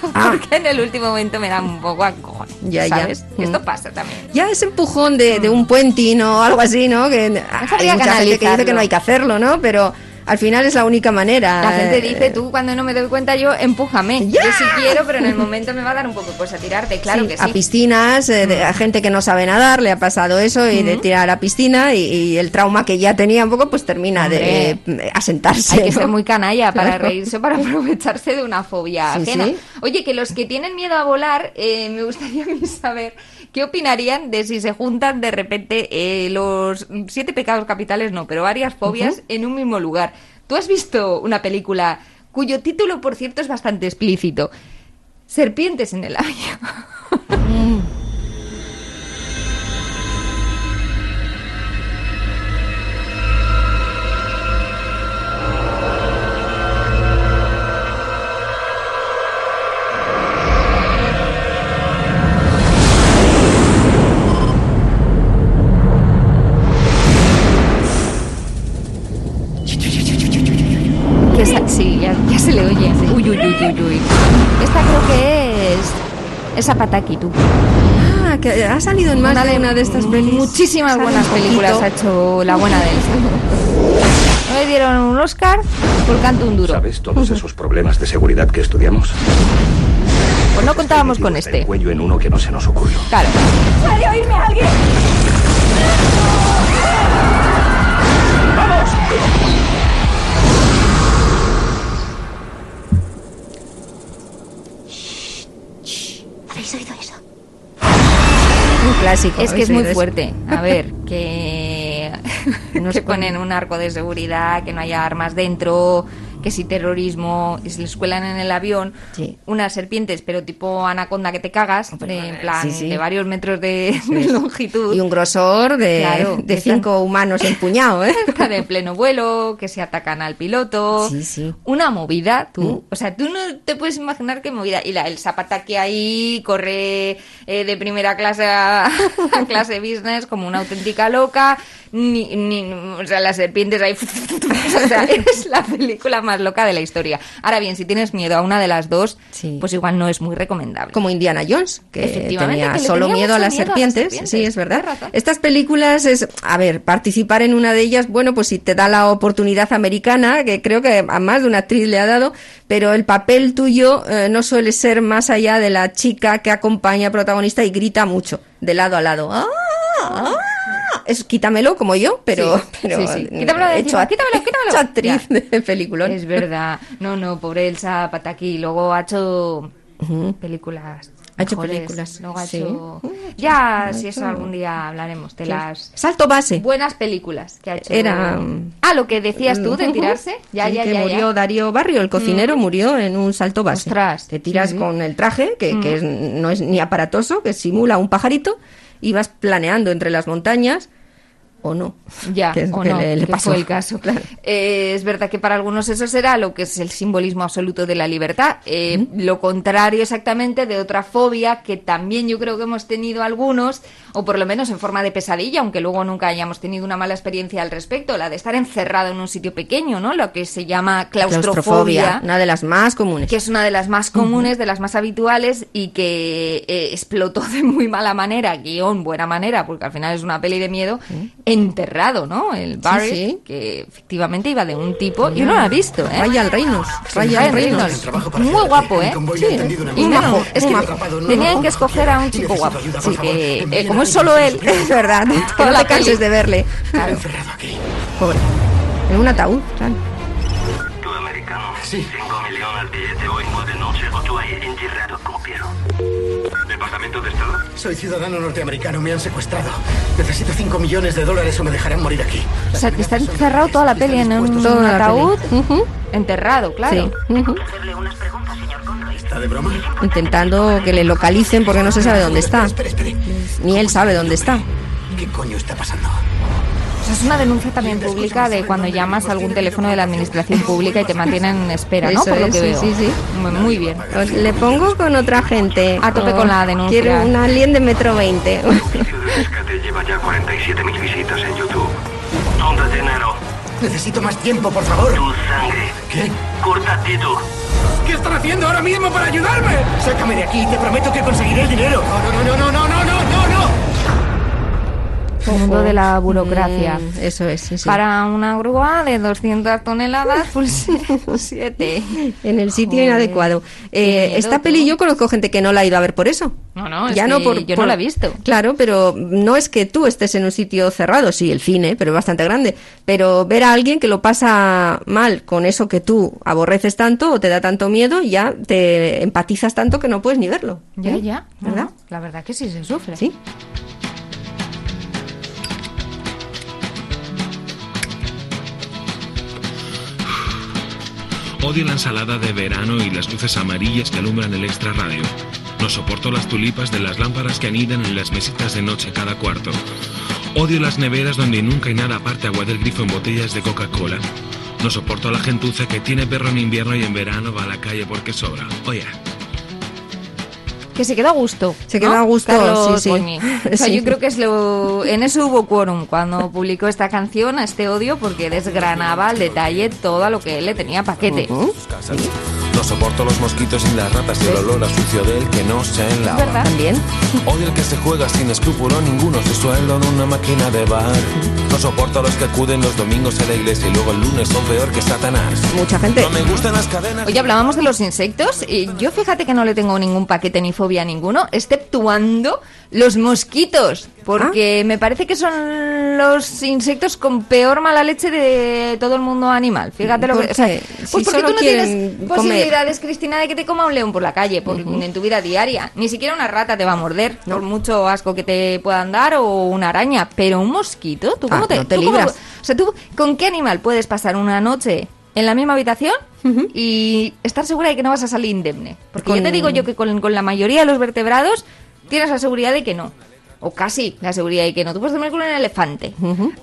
[SPEAKER 3] Porque en el último momento me da un poco a cojones.
[SPEAKER 2] Ah. Ya, ya.
[SPEAKER 3] ¿Sabes?
[SPEAKER 2] Mm.
[SPEAKER 3] Esto pasa también.
[SPEAKER 2] Ya ese empujón de, de un puentín o algo así, ¿no? Que hay
[SPEAKER 3] que
[SPEAKER 2] mucha gente que dice que
[SPEAKER 3] analizarlo.
[SPEAKER 2] no hay que hacerlo, ¿no? Pero al final es la única manera.
[SPEAKER 3] La gente
[SPEAKER 2] eh,
[SPEAKER 3] dice, tú cuando no me doy cuenta, yo empújame.
[SPEAKER 2] Ya.
[SPEAKER 3] Yo sí quiero, pero en el momento me va a dar un poco pues a tirarte, claro
[SPEAKER 2] sí,
[SPEAKER 3] que
[SPEAKER 2] A
[SPEAKER 3] sí. Mm.
[SPEAKER 2] piscinas, eh, de- a gente que no sabe nadar, le ha pasado eso y de tirar a la piscina y, y el trauma que ya tenía un poco, pues termina de eh, asentarse.
[SPEAKER 3] Hay que
[SPEAKER 2] ¿no?
[SPEAKER 3] ser muy canalla para
[SPEAKER 2] Claro.
[SPEAKER 3] reírse, para aprovecharse de una fobia
[SPEAKER 2] Sí,
[SPEAKER 3] ajena.
[SPEAKER 2] sí.
[SPEAKER 3] Oye, que los que tienen miedo a volar, eh, me gustaría a mí saber qué opinarían de si se juntan de repente eh, los siete pecados capitales, no, pero varias fobias en un mismo lugar. ¿Tú has visto una película cuyo título, por cierto, es bastante explícito? Serpientes en el avión. <laughs> Que sa- sí, ya, ya se le oye. Uy, uy, uy, uy, uy. Esta creo que es... Es Zapataki, tú.
[SPEAKER 2] Ah, que ha salido en más
[SPEAKER 3] Una
[SPEAKER 2] de,
[SPEAKER 3] de-
[SPEAKER 2] una de estas pelis.
[SPEAKER 3] Muchísimas
[SPEAKER 2] Sale
[SPEAKER 3] buenas
[SPEAKER 2] un poquito.
[SPEAKER 3] películas ha hecho la buena de esta. No le dieron un Oscar por canto un duro.
[SPEAKER 6] ¿Sabes todos esos problemas de seguridad que estudiamos?
[SPEAKER 3] Pues no contábamos con
[SPEAKER 6] Metimos El
[SPEAKER 3] este.
[SPEAKER 6] cuello en uno que no se nos ocurrió.
[SPEAKER 3] Claro.
[SPEAKER 2] Un clásico.
[SPEAKER 3] Es que es
[SPEAKER 2] sí,
[SPEAKER 3] muy
[SPEAKER 2] de-
[SPEAKER 3] fuerte. A ver, que...
[SPEAKER 2] No
[SPEAKER 3] que
[SPEAKER 2] se
[SPEAKER 3] ponen un arco de seguridad, que no haya armas dentro, que si terrorismo, y se les cuelan en el avión,
[SPEAKER 2] Sí.
[SPEAKER 3] unas serpientes, pero tipo anaconda que te cagas,
[SPEAKER 2] Hombre,
[SPEAKER 3] de- en plan,
[SPEAKER 2] sí, sí.
[SPEAKER 3] de varios metros de, de <laughs>
[SPEAKER 2] <laughs>
[SPEAKER 3] longitud.
[SPEAKER 2] Y un grosor de,
[SPEAKER 3] Claro,
[SPEAKER 2] de
[SPEAKER 3] están-
[SPEAKER 2] cinco humanos empuñados, ¿eh?
[SPEAKER 3] <laughs> están en pleno vuelo, que se atacan al piloto.
[SPEAKER 2] Sí, sí.
[SPEAKER 3] Una movida, tú.
[SPEAKER 2] Mm.
[SPEAKER 3] O sea, tú no te puedes imaginar qué movida. Y la, el zapata que ahí corre eh, de primera clase a, <laughs> a clase business como una auténtica loca. Ni, ni- o sea, las serpientes ahí. <laughs> o sea, es la película más loca de la historia. Ahora bien, si tienes miedo a una de las dos,
[SPEAKER 2] Sí.
[SPEAKER 3] pues igual no es muy recomendable.
[SPEAKER 2] como Indiana Jones, que
[SPEAKER 3] Efectivamente,
[SPEAKER 2] tenía
[SPEAKER 3] que le
[SPEAKER 2] solo
[SPEAKER 3] tenía
[SPEAKER 2] miedo a
[SPEAKER 3] mucho
[SPEAKER 2] las
[SPEAKER 3] miedo a las
[SPEAKER 2] serpientes.
[SPEAKER 3] serpientes.
[SPEAKER 2] Sí, es verdad.
[SPEAKER 3] Tienes razón.
[SPEAKER 2] Estas películas es, a ver, participar en una de ellas, bueno, pues si te da la oportunidad americana, que creo que a más de una actriz le ha dado, pero el papel tuyo eh, no suele ser más allá de la chica que acompaña al protagonista y grita mucho, de lado a lado. ¡Ah! ¡Ah! Es quítamelo como yo, pero,
[SPEAKER 3] Sí,
[SPEAKER 2] pero
[SPEAKER 3] sí, sí. Quítamelo de encima,
[SPEAKER 2] a-
[SPEAKER 3] quítamelo, quítamelo.
[SPEAKER 2] hecho actriz
[SPEAKER 3] Ya.
[SPEAKER 2] de película.
[SPEAKER 3] Es verdad. No, no, pobre Elsa Pataki. Luego ha hecho
[SPEAKER 2] Ujú.
[SPEAKER 3] películas.
[SPEAKER 2] Ha hecho
[SPEAKER 3] mejores.
[SPEAKER 2] películas,
[SPEAKER 3] Luego ha
[SPEAKER 2] sí.
[SPEAKER 3] hecho...
[SPEAKER 2] Uh,
[SPEAKER 3] Ya,
[SPEAKER 2] ha
[SPEAKER 3] si eso
[SPEAKER 2] hecho-
[SPEAKER 3] algún día hablaremos de las
[SPEAKER 2] Salto base.
[SPEAKER 3] buenas películas que ha hecho.
[SPEAKER 2] Era-
[SPEAKER 3] Ah, lo que decías tú de
[SPEAKER 2] Ujú.
[SPEAKER 3] tirarse. Ya,
[SPEAKER 2] Sí,
[SPEAKER 3] ya,
[SPEAKER 2] que
[SPEAKER 3] ya.
[SPEAKER 2] murió
[SPEAKER 3] ya.
[SPEAKER 2] Darío Barrio, el cocinero, murió en un salto base.
[SPEAKER 3] Ostras,
[SPEAKER 2] Te tiras
[SPEAKER 3] sí, Mm. sí.
[SPEAKER 2] con el traje, que, que es- no es ni aparatoso, que simula un pajarito, y vas planeando entre las montañas, o no.
[SPEAKER 3] Ya,
[SPEAKER 2] Que es
[SPEAKER 3] o
[SPEAKER 2] que
[SPEAKER 3] no,
[SPEAKER 2] le- le
[SPEAKER 3] que
[SPEAKER 2] pasó.
[SPEAKER 3] fue el
[SPEAKER 2] <laughs>
[SPEAKER 3] caso.
[SPEAKER 2] Claro.
[SPEAKER 3] Eh, es verdad que para algunos eso será lo que es el simbolismo absoluto de la libertad. Eh, Lo contrario exactamente de otra fobia que también yo creo que hemos tenido algunos, o por lo menos en forma de pesadilla, aunque luego nunca hayamos tenido una mala experiencia al respecto, la de estar encerrado en un sitio pequeño, ¿no? Lo que se llama claustrofobia
[SPEAKER 2] Una de las más comunes.
[SPEAKER 3] que es una de las más comunes, de las más habituales y que eh, explotó de muy mala manera, guión buena manera, porque al final es una peli de miedo, enterrado, ¿no? El Barry,
[SPEAKER 2] sí.
[SPEAKER 3] que efectivamente iba de un tipo, yo no lo he visto, ¿eh?
[SPEAKER 2] Ryan Reynolds. Ryan
[SPEAKER 3] Ryan
[SPEAKER 2] Reynolds.
[SPEAKER 3] Reynolds. Muy guapo, ¿eh? Y
[SPEAKER 2] muy
[SPEAKER 3] no,
[SPEAKER 2] majo,
[SPEAKER 3] es
[SPEAKER 2] muy
[SPEAKER 3] que
[SPEAKER 2] majo.
[SPEAKER 3] tenían que escoger a un chico guapo. Así que, eh, como es solo él,
[SPEAKER 2] <laughs> Es verdad, que
[SPEAKER 3] <laughs> Toda
[SPEAKER 2] no
[SPEAKER 3] la
[SPEAKER 2] te canses
[SPEAKER 3] peli.
[SPEAKER 2] de verle.
[SPEAKER 3] Claro.
[SPEAKER 2] Pobre. En un ataúd, claro.
[SPEAKER 6] Tú, americano. Sí. 5 millones al billete hoy, de noche. O tú ahí, enterrado como Piero. ¿Departamento de Estado?
[SPEAKER 7] Soy ciudadano norteamericano, me han secuestrado. Necesito 5 millones de dólares o me dejarán morir aquí.
[SPEAKER 3] O sea,
[SPEAKER 2] <laughs>
[SPEAKER 3] que está encerrado toda la peli en un,
[SPEAKER 2] Toda la
[SPEAKER 3] ataúd,
[SPEAKER 2] peli. Ujú,
[SPEAKER 3] enterrado, claro.
[SPEAKER 2] sí, ujú.
[SPEAKER 7] ¿Está de broma?
[SPEAKER 2] Intentando que le localicen porque no se sabe dónde está.
[SPEAKER 7] Espera, espera.
[SPEAKER 2] Ni él sabe dónde está.
[SPEAKER 7] ¿Qué coño está pasando?
[SPEAKER 3] O sea, es una denuncia también pública de cuando llamas a algún teléfono de la administración pública y te mantienen en espera, ¿no?
[SPEAKER 2] Eso
[SPEAKER 3] Por lo
[SPEAKER 2] es,
[SPEAKER 3] que
[SPEAKER 2] sí,
[SPEAKER 3] veo.
[SPEAKER 2] sí, sí.
[SPEAKER 3] Muy, muy bien.
[SPEAKER 2] Pues le pongo con otra gente.
[SPEAKER 3] A tope
[SPEAKER 2] O
[SPEAKER 3] con la denuncia.
[SPEAKER 2] Quiero un alien de metro 20.
[SPEAKER 6] Vídeo de rescate lleva ya 47.000 visitas en YouTube. Tonda de enero.
[SPEAKER 7] Necesito más tiempo, por favor.
[SPEAKER 6] Tu sangre.
[SPEAKER 7] ¿Qué?
[SPEAKER 6] Córtate tú.
[SPEAKER 7] ¿Qué están haciendo ahora mismo para ayudarme? Sácame de aquí y te prometo que conseguiré el dinero. No, no, no, no, no, no, no, no, no.
[SPEAKER 3] El mundo de la burocracia.
[SPEAKER 2] Mm, eso es, sí, sí.
[SPEAKER 3] Para una grúa de 200 toneladas, pues <laughs> 7.
[SPEAKER 2] En el sitio
[SPEAKER 3] Joder,
[SPEAKER 2] inadecuado. Eh,
[SPEAKER 3] miedo,
[SPEAKER 2] esta peli
[SPEAKER 3] tú.
[SPEAKER 2] yo conozco gente que no la ha ido a ver por eso.
[SPEAKER 3] No, no, es que yo no la he visto.
[SPEAKER 2] Claro, pero no es que tú estés en un sitio cerrado, sí, el cine, pero es bastante grande. Pero ver a alguien que lo pasa mal con eso que tú aborreces tanto o te da tanto miedo, ya te empatizas tanto que no puedes ni verlo.
[SPEAKER 3] Ya,
[SPEAKER 2] ¿Eh?
[SPEAKER 3] ya. Ah. No,
[SPEAKER 2] ¿Verdad?
[SPEAKER 3] no, La verdad que sí se sufre.
[SPEAKER 2] Sí.
[SPEAKER 8] Odio la ensalada de verano y las luces amarillas que alumbran el extra radio. No soporto las tulipas de las lámparas que anidan en las mesitas de noche cada cuarto. Odio las neveras donde nunca hay nada aparte agua del grifo en botellas de Coca-Cola. No soporto a la gentuza que tiene perro en invierno y en verano va a la calle porque sobra. Oye,
[SPEAKER 3] Que se quedó a gusto.
[SPEAKER 2] Se
[SPEAKER 3] ¿no?
[SPEAKER 2] quedó a gusto,
[SPEAKER 3] Carlos
[SPEAKER 2] sí, sí.
[SPEAKER 3] <laughs> Goñi. O sea,
[SPEAKER 2] Sí.
[SPEAKER 3] yo creo que es lo... en eso hubo quórum cuando publicó esta canción, a este odio, porque desgranaba al detalle todo a lo que él le tenía paquete.
[SPEAKER 9] No soporto los mosquitos ni las ratas y el olor a sucio del que no se
[SPEAKER 3] Es
[SPEAKER 9] enlava.
[SPEAKER 3] ¿Verdad?
[SPEAKER 2] También.
[SPEAKER 9] Odio el que se juega sin escrúpulo ninguno su sueldo en una máquina de bar. No soporto a los que acuden los domingos a la iglesia y luego el lunes son peor que Satanás.
[SPEAKER 2] Mucha gente.
[SPEAKER 9] No me gustan las cadenas.
[SPEAKER 3] Oye, hablábamos de los insectos y yo fíjate que no le tengo ningún paquete ni fobia a ninguno, exceptuando los mosquitos, porque
[SPEAKER 2] Ah.
[SPEAKER 3] me parece que son los insectos con peor mala leche de todo el mundo animal. Fíjate lo
[SPEAKER 2] ¿Por
[SPEAKER 3] que... o sea,
[SPEAKER 2] qué?
[SPEAKER 3] pues
[SPEAKER 2] Si
[SPEAKER 3] porque
[SPEAKER 2] solo
[SPEAKER 3] tú no tienes
[SPEAKER 2] quieren comer.
[SPEAKER 3] posibilidades, Cristina, de que te coma un león por la calle, por- en tu vida diaria. Ni siquiera una rata te va a morder, por mucho asco que te puedan dar, o una araña, pero un mosquito, ¿tú
[SPEAKER 2] Ah,
[SPEAKER 3] cómo te,
[SPEAKER 2] no te
[SPEAKER 3] tú cómo-
[SPEAKER 2] libras.
[SPEAKER 3] o sea, ¿tú con qué animal puedes pasar una noche en la misma habitación y estar segura de que no vas a salir indemne. Porque
[SPEAKER 2] Con-
[SPEAKER 3] yo te digo yo que con, con la mayoría de los vertebrados tienes la seguridad de que no. O casi la seguridad de que no. Tú puedes dormir con un elefante.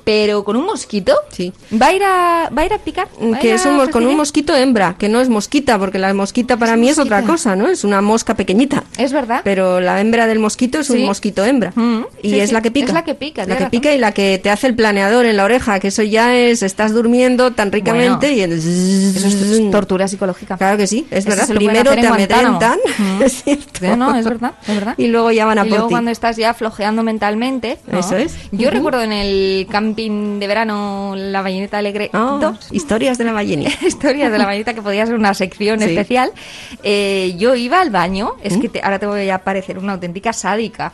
[SPEAKER 3] Pero con un mosquito va a ir a, va a ir a picar. va a ir
[SPEAKER 2] que es
[SPEAKER 3] a
[SPEAKER 2] un mos- con un
[SPEAKER 3] fastidiar.
[SPEAKER 2] mosquito hembra, que no es mosquita, porque la mosquita para mí es otra
[SPEAKER 3] mosquita.
[SPEAKER 2] cosa, ¿no? Es una mosca pequeñita.
[SPEAKER 3] Es verdad.
[SPEAKER 2] Pero la hembra del mosquito es
[SPEAKER 3] Sí. Mm.
[SPEAKER 2] un mosquito hembra. y
[SPEAKER 3] sí,
[SPEAKER 2] es
[SPEAKER 3] sí.
[SPEAKER 2] la que pica.
[SPEAKER 3] Es la que pica,
[SPEAKER 2] La
[SPEAKER 3] tienes
[SPEAKER 2] que
[SPEAKER 3] razón.
[SPEAKER 2] pica y la que te hace el planeador en la oreja, que eso ya es, estás durmiendo tan ricamente
[SPEAKER 3] Bueno.
[SPEAKER 2] y el... Eso es
[SPEAKER 3] tortura psicológica.
[SPEAKER 2] Claro que sí, es
[SPEAKER 3] Eso
[SPEAKER 2] verdad.
[SPEAKER 3] se lo pueden
[SPEAKER 2] Primero
[SPEAKER 3] hacer
[SPEAKER 2] te
[SPEAKER 3] en Guantánamo.
[SPEAKER 2] amedrentan. <laughs>
[SPEAKER 3] Mm.
[SPEAKER 2] Es cierto.
[SPEAKER 3] Ya, no, es verdad, es verdad.
[SPEAKER 2] Y luego ya van a
[SPEAKER 3] y
[SPEAKER 2] por
[SPEAKER 3] luego
[SPEAKER 2] ti.
[SPEAKER 3] cuando estás ya flojeando mentalmente. ¿no?
[SPEAKER 2] Eso es.
[SPEAKER 3] Yo
[SPEAKER 2] Ujú.
[SPEAKER 3] recuerdo en el camping de verano La Balleneta Alegre
[SPEAKER 2] Ah,
[SPEAKER 3] 2,
[SPEAKER 2] Historias de la ballena.
[SPEAKER 3] historias de la <laughs> balleneta que podía ser una sección
[SPEAKER 2] Sí.
[SPEAKER 3] especial. Eh, yo iba al baño, es que te- ahora te voy a parecer una auténtica sádica.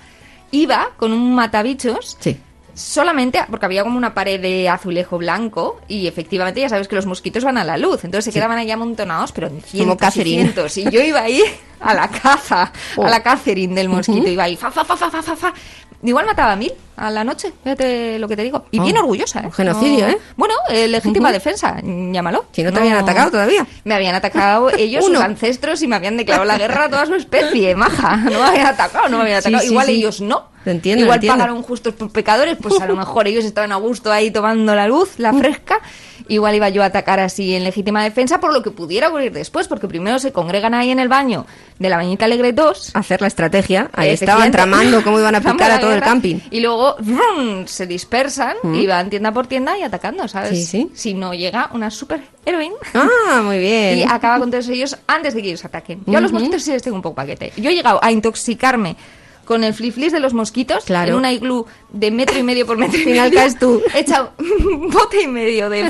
[SPEAKER 3] Iba con un matabichos.
[SPEAKER 2] Sí.
[SPEAKER 3] Solamente porque había como una pared de azulejo blanco y efectivamente ya sabes que los mosquitos van a la luz, entonces se quedaban ahí amontonados, pero en cientos y
[SPEAKER 2] Catherine.
[SPEAKER 3] cientos. Y yo iba ahí a la caza,
[SPEAKER 2] Oh.
[SPEAKER 3] a la Catherine del mosquito, iba ahí, fa, fa, fa, fa, fa, fa, fa. Igual mataba a mil a la noche, fíjate lo que te digo. Y
[SPEAKER 2] Ah,
[SPEAKER 3] bien orgullosa, ¿eh?
[SPEAKER 2] un genocidio, ¿eh?
[SPEAKER 3] Bueno, eh, legítima defensa, llámalo.
[SPEAKER 2] Si no te habían atacado todavía.
[SPEAKER 3] Me
[SPEAKER 2] <laughs>
[SPEAKER 3] habían atacado ellos,
[SPEAKER 2] Uno.
[SPEAKER 3] sus ancestros, y me habían declarado la guerra a toda su especie, maja. No me habían atacado, no me habían
[SPEAKER 2] Sí,
[SPEAKER 3] atacado.
[SPEAKER 2] sí,
[SPEAKER 3] Igual
[SPEAKER 2] sí.
[SPEAKER 3] ellos no.
[SPEAKER 2] Te entiendo,
[SPEAKER 3] Igual
[SPEAKER 2] entiendo.
[SPEAKER 3] pagaron justos por pecadores,
[SPEAKER 2] <laughs>
[SPEAKER 3] pues a lo mejor ellos estaban a gusto ahí tomando la luz, la fresca. Igual iba yo a atacar así en legítima defensa por lo que pudiera ocurrir después, porque primero se congregan ahí en el baño de la Bañita Alegre 2.
[SPEAKER 2] Hacer la estrategia. Ahí
[SPEAKER 3] Efectivamente.
[SPEAKER 2] estaban tramando cómo iban a
[SPEAKER 3] <laughs> Tramando
[SPEAKER 2] picar
[SPEAKER 3] la
[SPEAKER 2] a todo el
[SPEAKER 3] guerra.
[SPEAKER 2] camping.
[SPEAKER 3] Y luego ¡vrum! se dispersan
[SPEAKER 2] Mm.
[SPEAKER 3] y van tienda por tienda y atacando, ¿sabes?
[SPEAKER 2] Sí, sí.
[SPEAKER 3] Si no llega una superheroína
[SPEAKER 2] Ah, muy bien.
[SPEAKER 3] y acaba con todos ellos antes de que ellos ataquen. Yo a los
[SPEAKER 2] Ujú.
[SPEAKER 3] mosquitos sí les tengo un poco paquete. Yo he llegado a intoxicarme con el fliflis de los mosquitos
[SPEAKER 2] Claro.
[SPEAKER 3] en una iglú de metro y medio por metro y
[SPEAKER 2] Al final
[SPEAKER 3] medio.
[SPEAKER 2] caes
[SPEAKER 3] <laughs>
[SPEAKER 2] tú.
[SPEAKER 3] He echado un bote y medio de...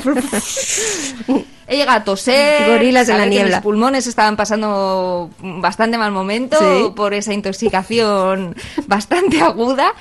[SPEAKER 3] He llegado a toser.
[SPEAKER 2] Gorilas en
[SPEAKER 3] saber
[SPEAKER 2] la
[SPEAKER 3] que
[SPEAKER 2] niebla.
[SPEAKER 3] Mis pulmones estaban pasando bastante mal momento
[SPEAKER 2] Sí.
[SPEAKER 3] por esa intoxicación bastante aguda.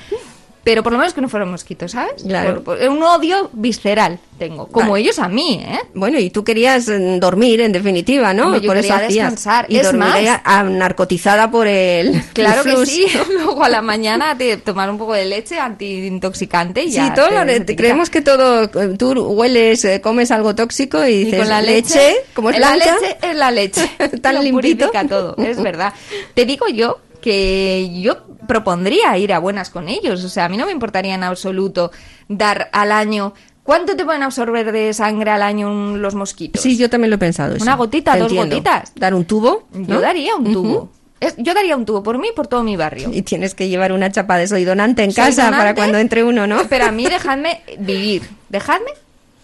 [SPEAKER 3] Pero por lo menos que no fueron mosquitos, ¿sabes?
[SPEAKER 2] Claro.
[SPEAKER 3] Por- por- un odio visceral tengo. Como
[SPEAKER 2] Vale.
[SPEAKER 3] ellos a mí, ¿eh?
[SPEAKER 2] Bueno, y tú querías mm, dormir, en definitiva, ¿no?
[SPEAKER 3] Hombre, yo
[SPEAKER 2] por
[SPEAKER 3] quería
[SPEAKER 2] eso hacías.
[SPEAKER 3] descansar.
[SPEAKER 2] Y
[SPEAKER 3] Es
[SPEAKER 2] dormir
[SPEAKER 3] más-
[SPEAKER 2] a- narcotizada por el.
[SPEAKER 3] <laughs> Claro que
[SPEAKER 2] flus.
[SPEAKER 3] sí. Luego a la mañana te tomar un poco de leche antiintoxicante y ya.
[SPEAKER 2] sí, todo
[SPEAKER 3] te
[SPEAKER 2] lo-
[SPEAKER 3] desintoxica.
[SPEAKER 2] creemos que todo. eh, Tú hueles, eh, comes algo tóxico y
[SPEAKER 3] Y
[SPEAKER 2] dices.
[SPEAKER 3] con la leche,
[SPEAKER 2] leche, como es
[SPEAKER 3] la
[SPEAKER 2] blanca,
[SPEAKER 3] leche es
[SPEAKER 2] <laughs>
[SPEAKER 3] la leche.
[SPEAKER 2] Tan
[SPEAKER 3] <laughs> Lo
[SPEAKER 2] limpito.
[SPEAKER 3] purifica todo,
[SPEAKER 2] <laughs>
[SPEAKER 3] es verdad. Te digo yo que yo propondría ir a buenas con ellos. O sea, a mí no me importaría en absoluto dar al año. ¿Cuánto te pueden absorber de sangre al año un- los mosquitos?
[SPEAKER 2] Sí, yo también lo he pensado. eso.
[SPEAKER 3] Una gotita,
[SPEAKER 2] Te
[SPEAKER 3] dos
[SPEAKER 2] entiendo.
[SPEAKER 3] gotitas.
[SPEAKER 2] Dar un tubo.
[SPEAKER 3] Yo
[SPEAKER 2] ¿no?
[SPEAKER 3] daría un
[SPEAKER 2] Ujú.
[SPEAKER 3] tubo. Es- yo daría un tubo por mí y por todo mi barrio.
[SPEAKER 2] Y tienes que llevar una chapa de soy donante en
[SPEAKER 3] Soy
[SPEAKER 2] casa para
[SPEAKER 3] donante,
[SPEAKER 2] cuando entre uno,
[SPEAKER 3] <laughs>
[SPEAKER 2] ¿no?
[SPEAKER 3] Pero a mí dejadme vivir, dejadme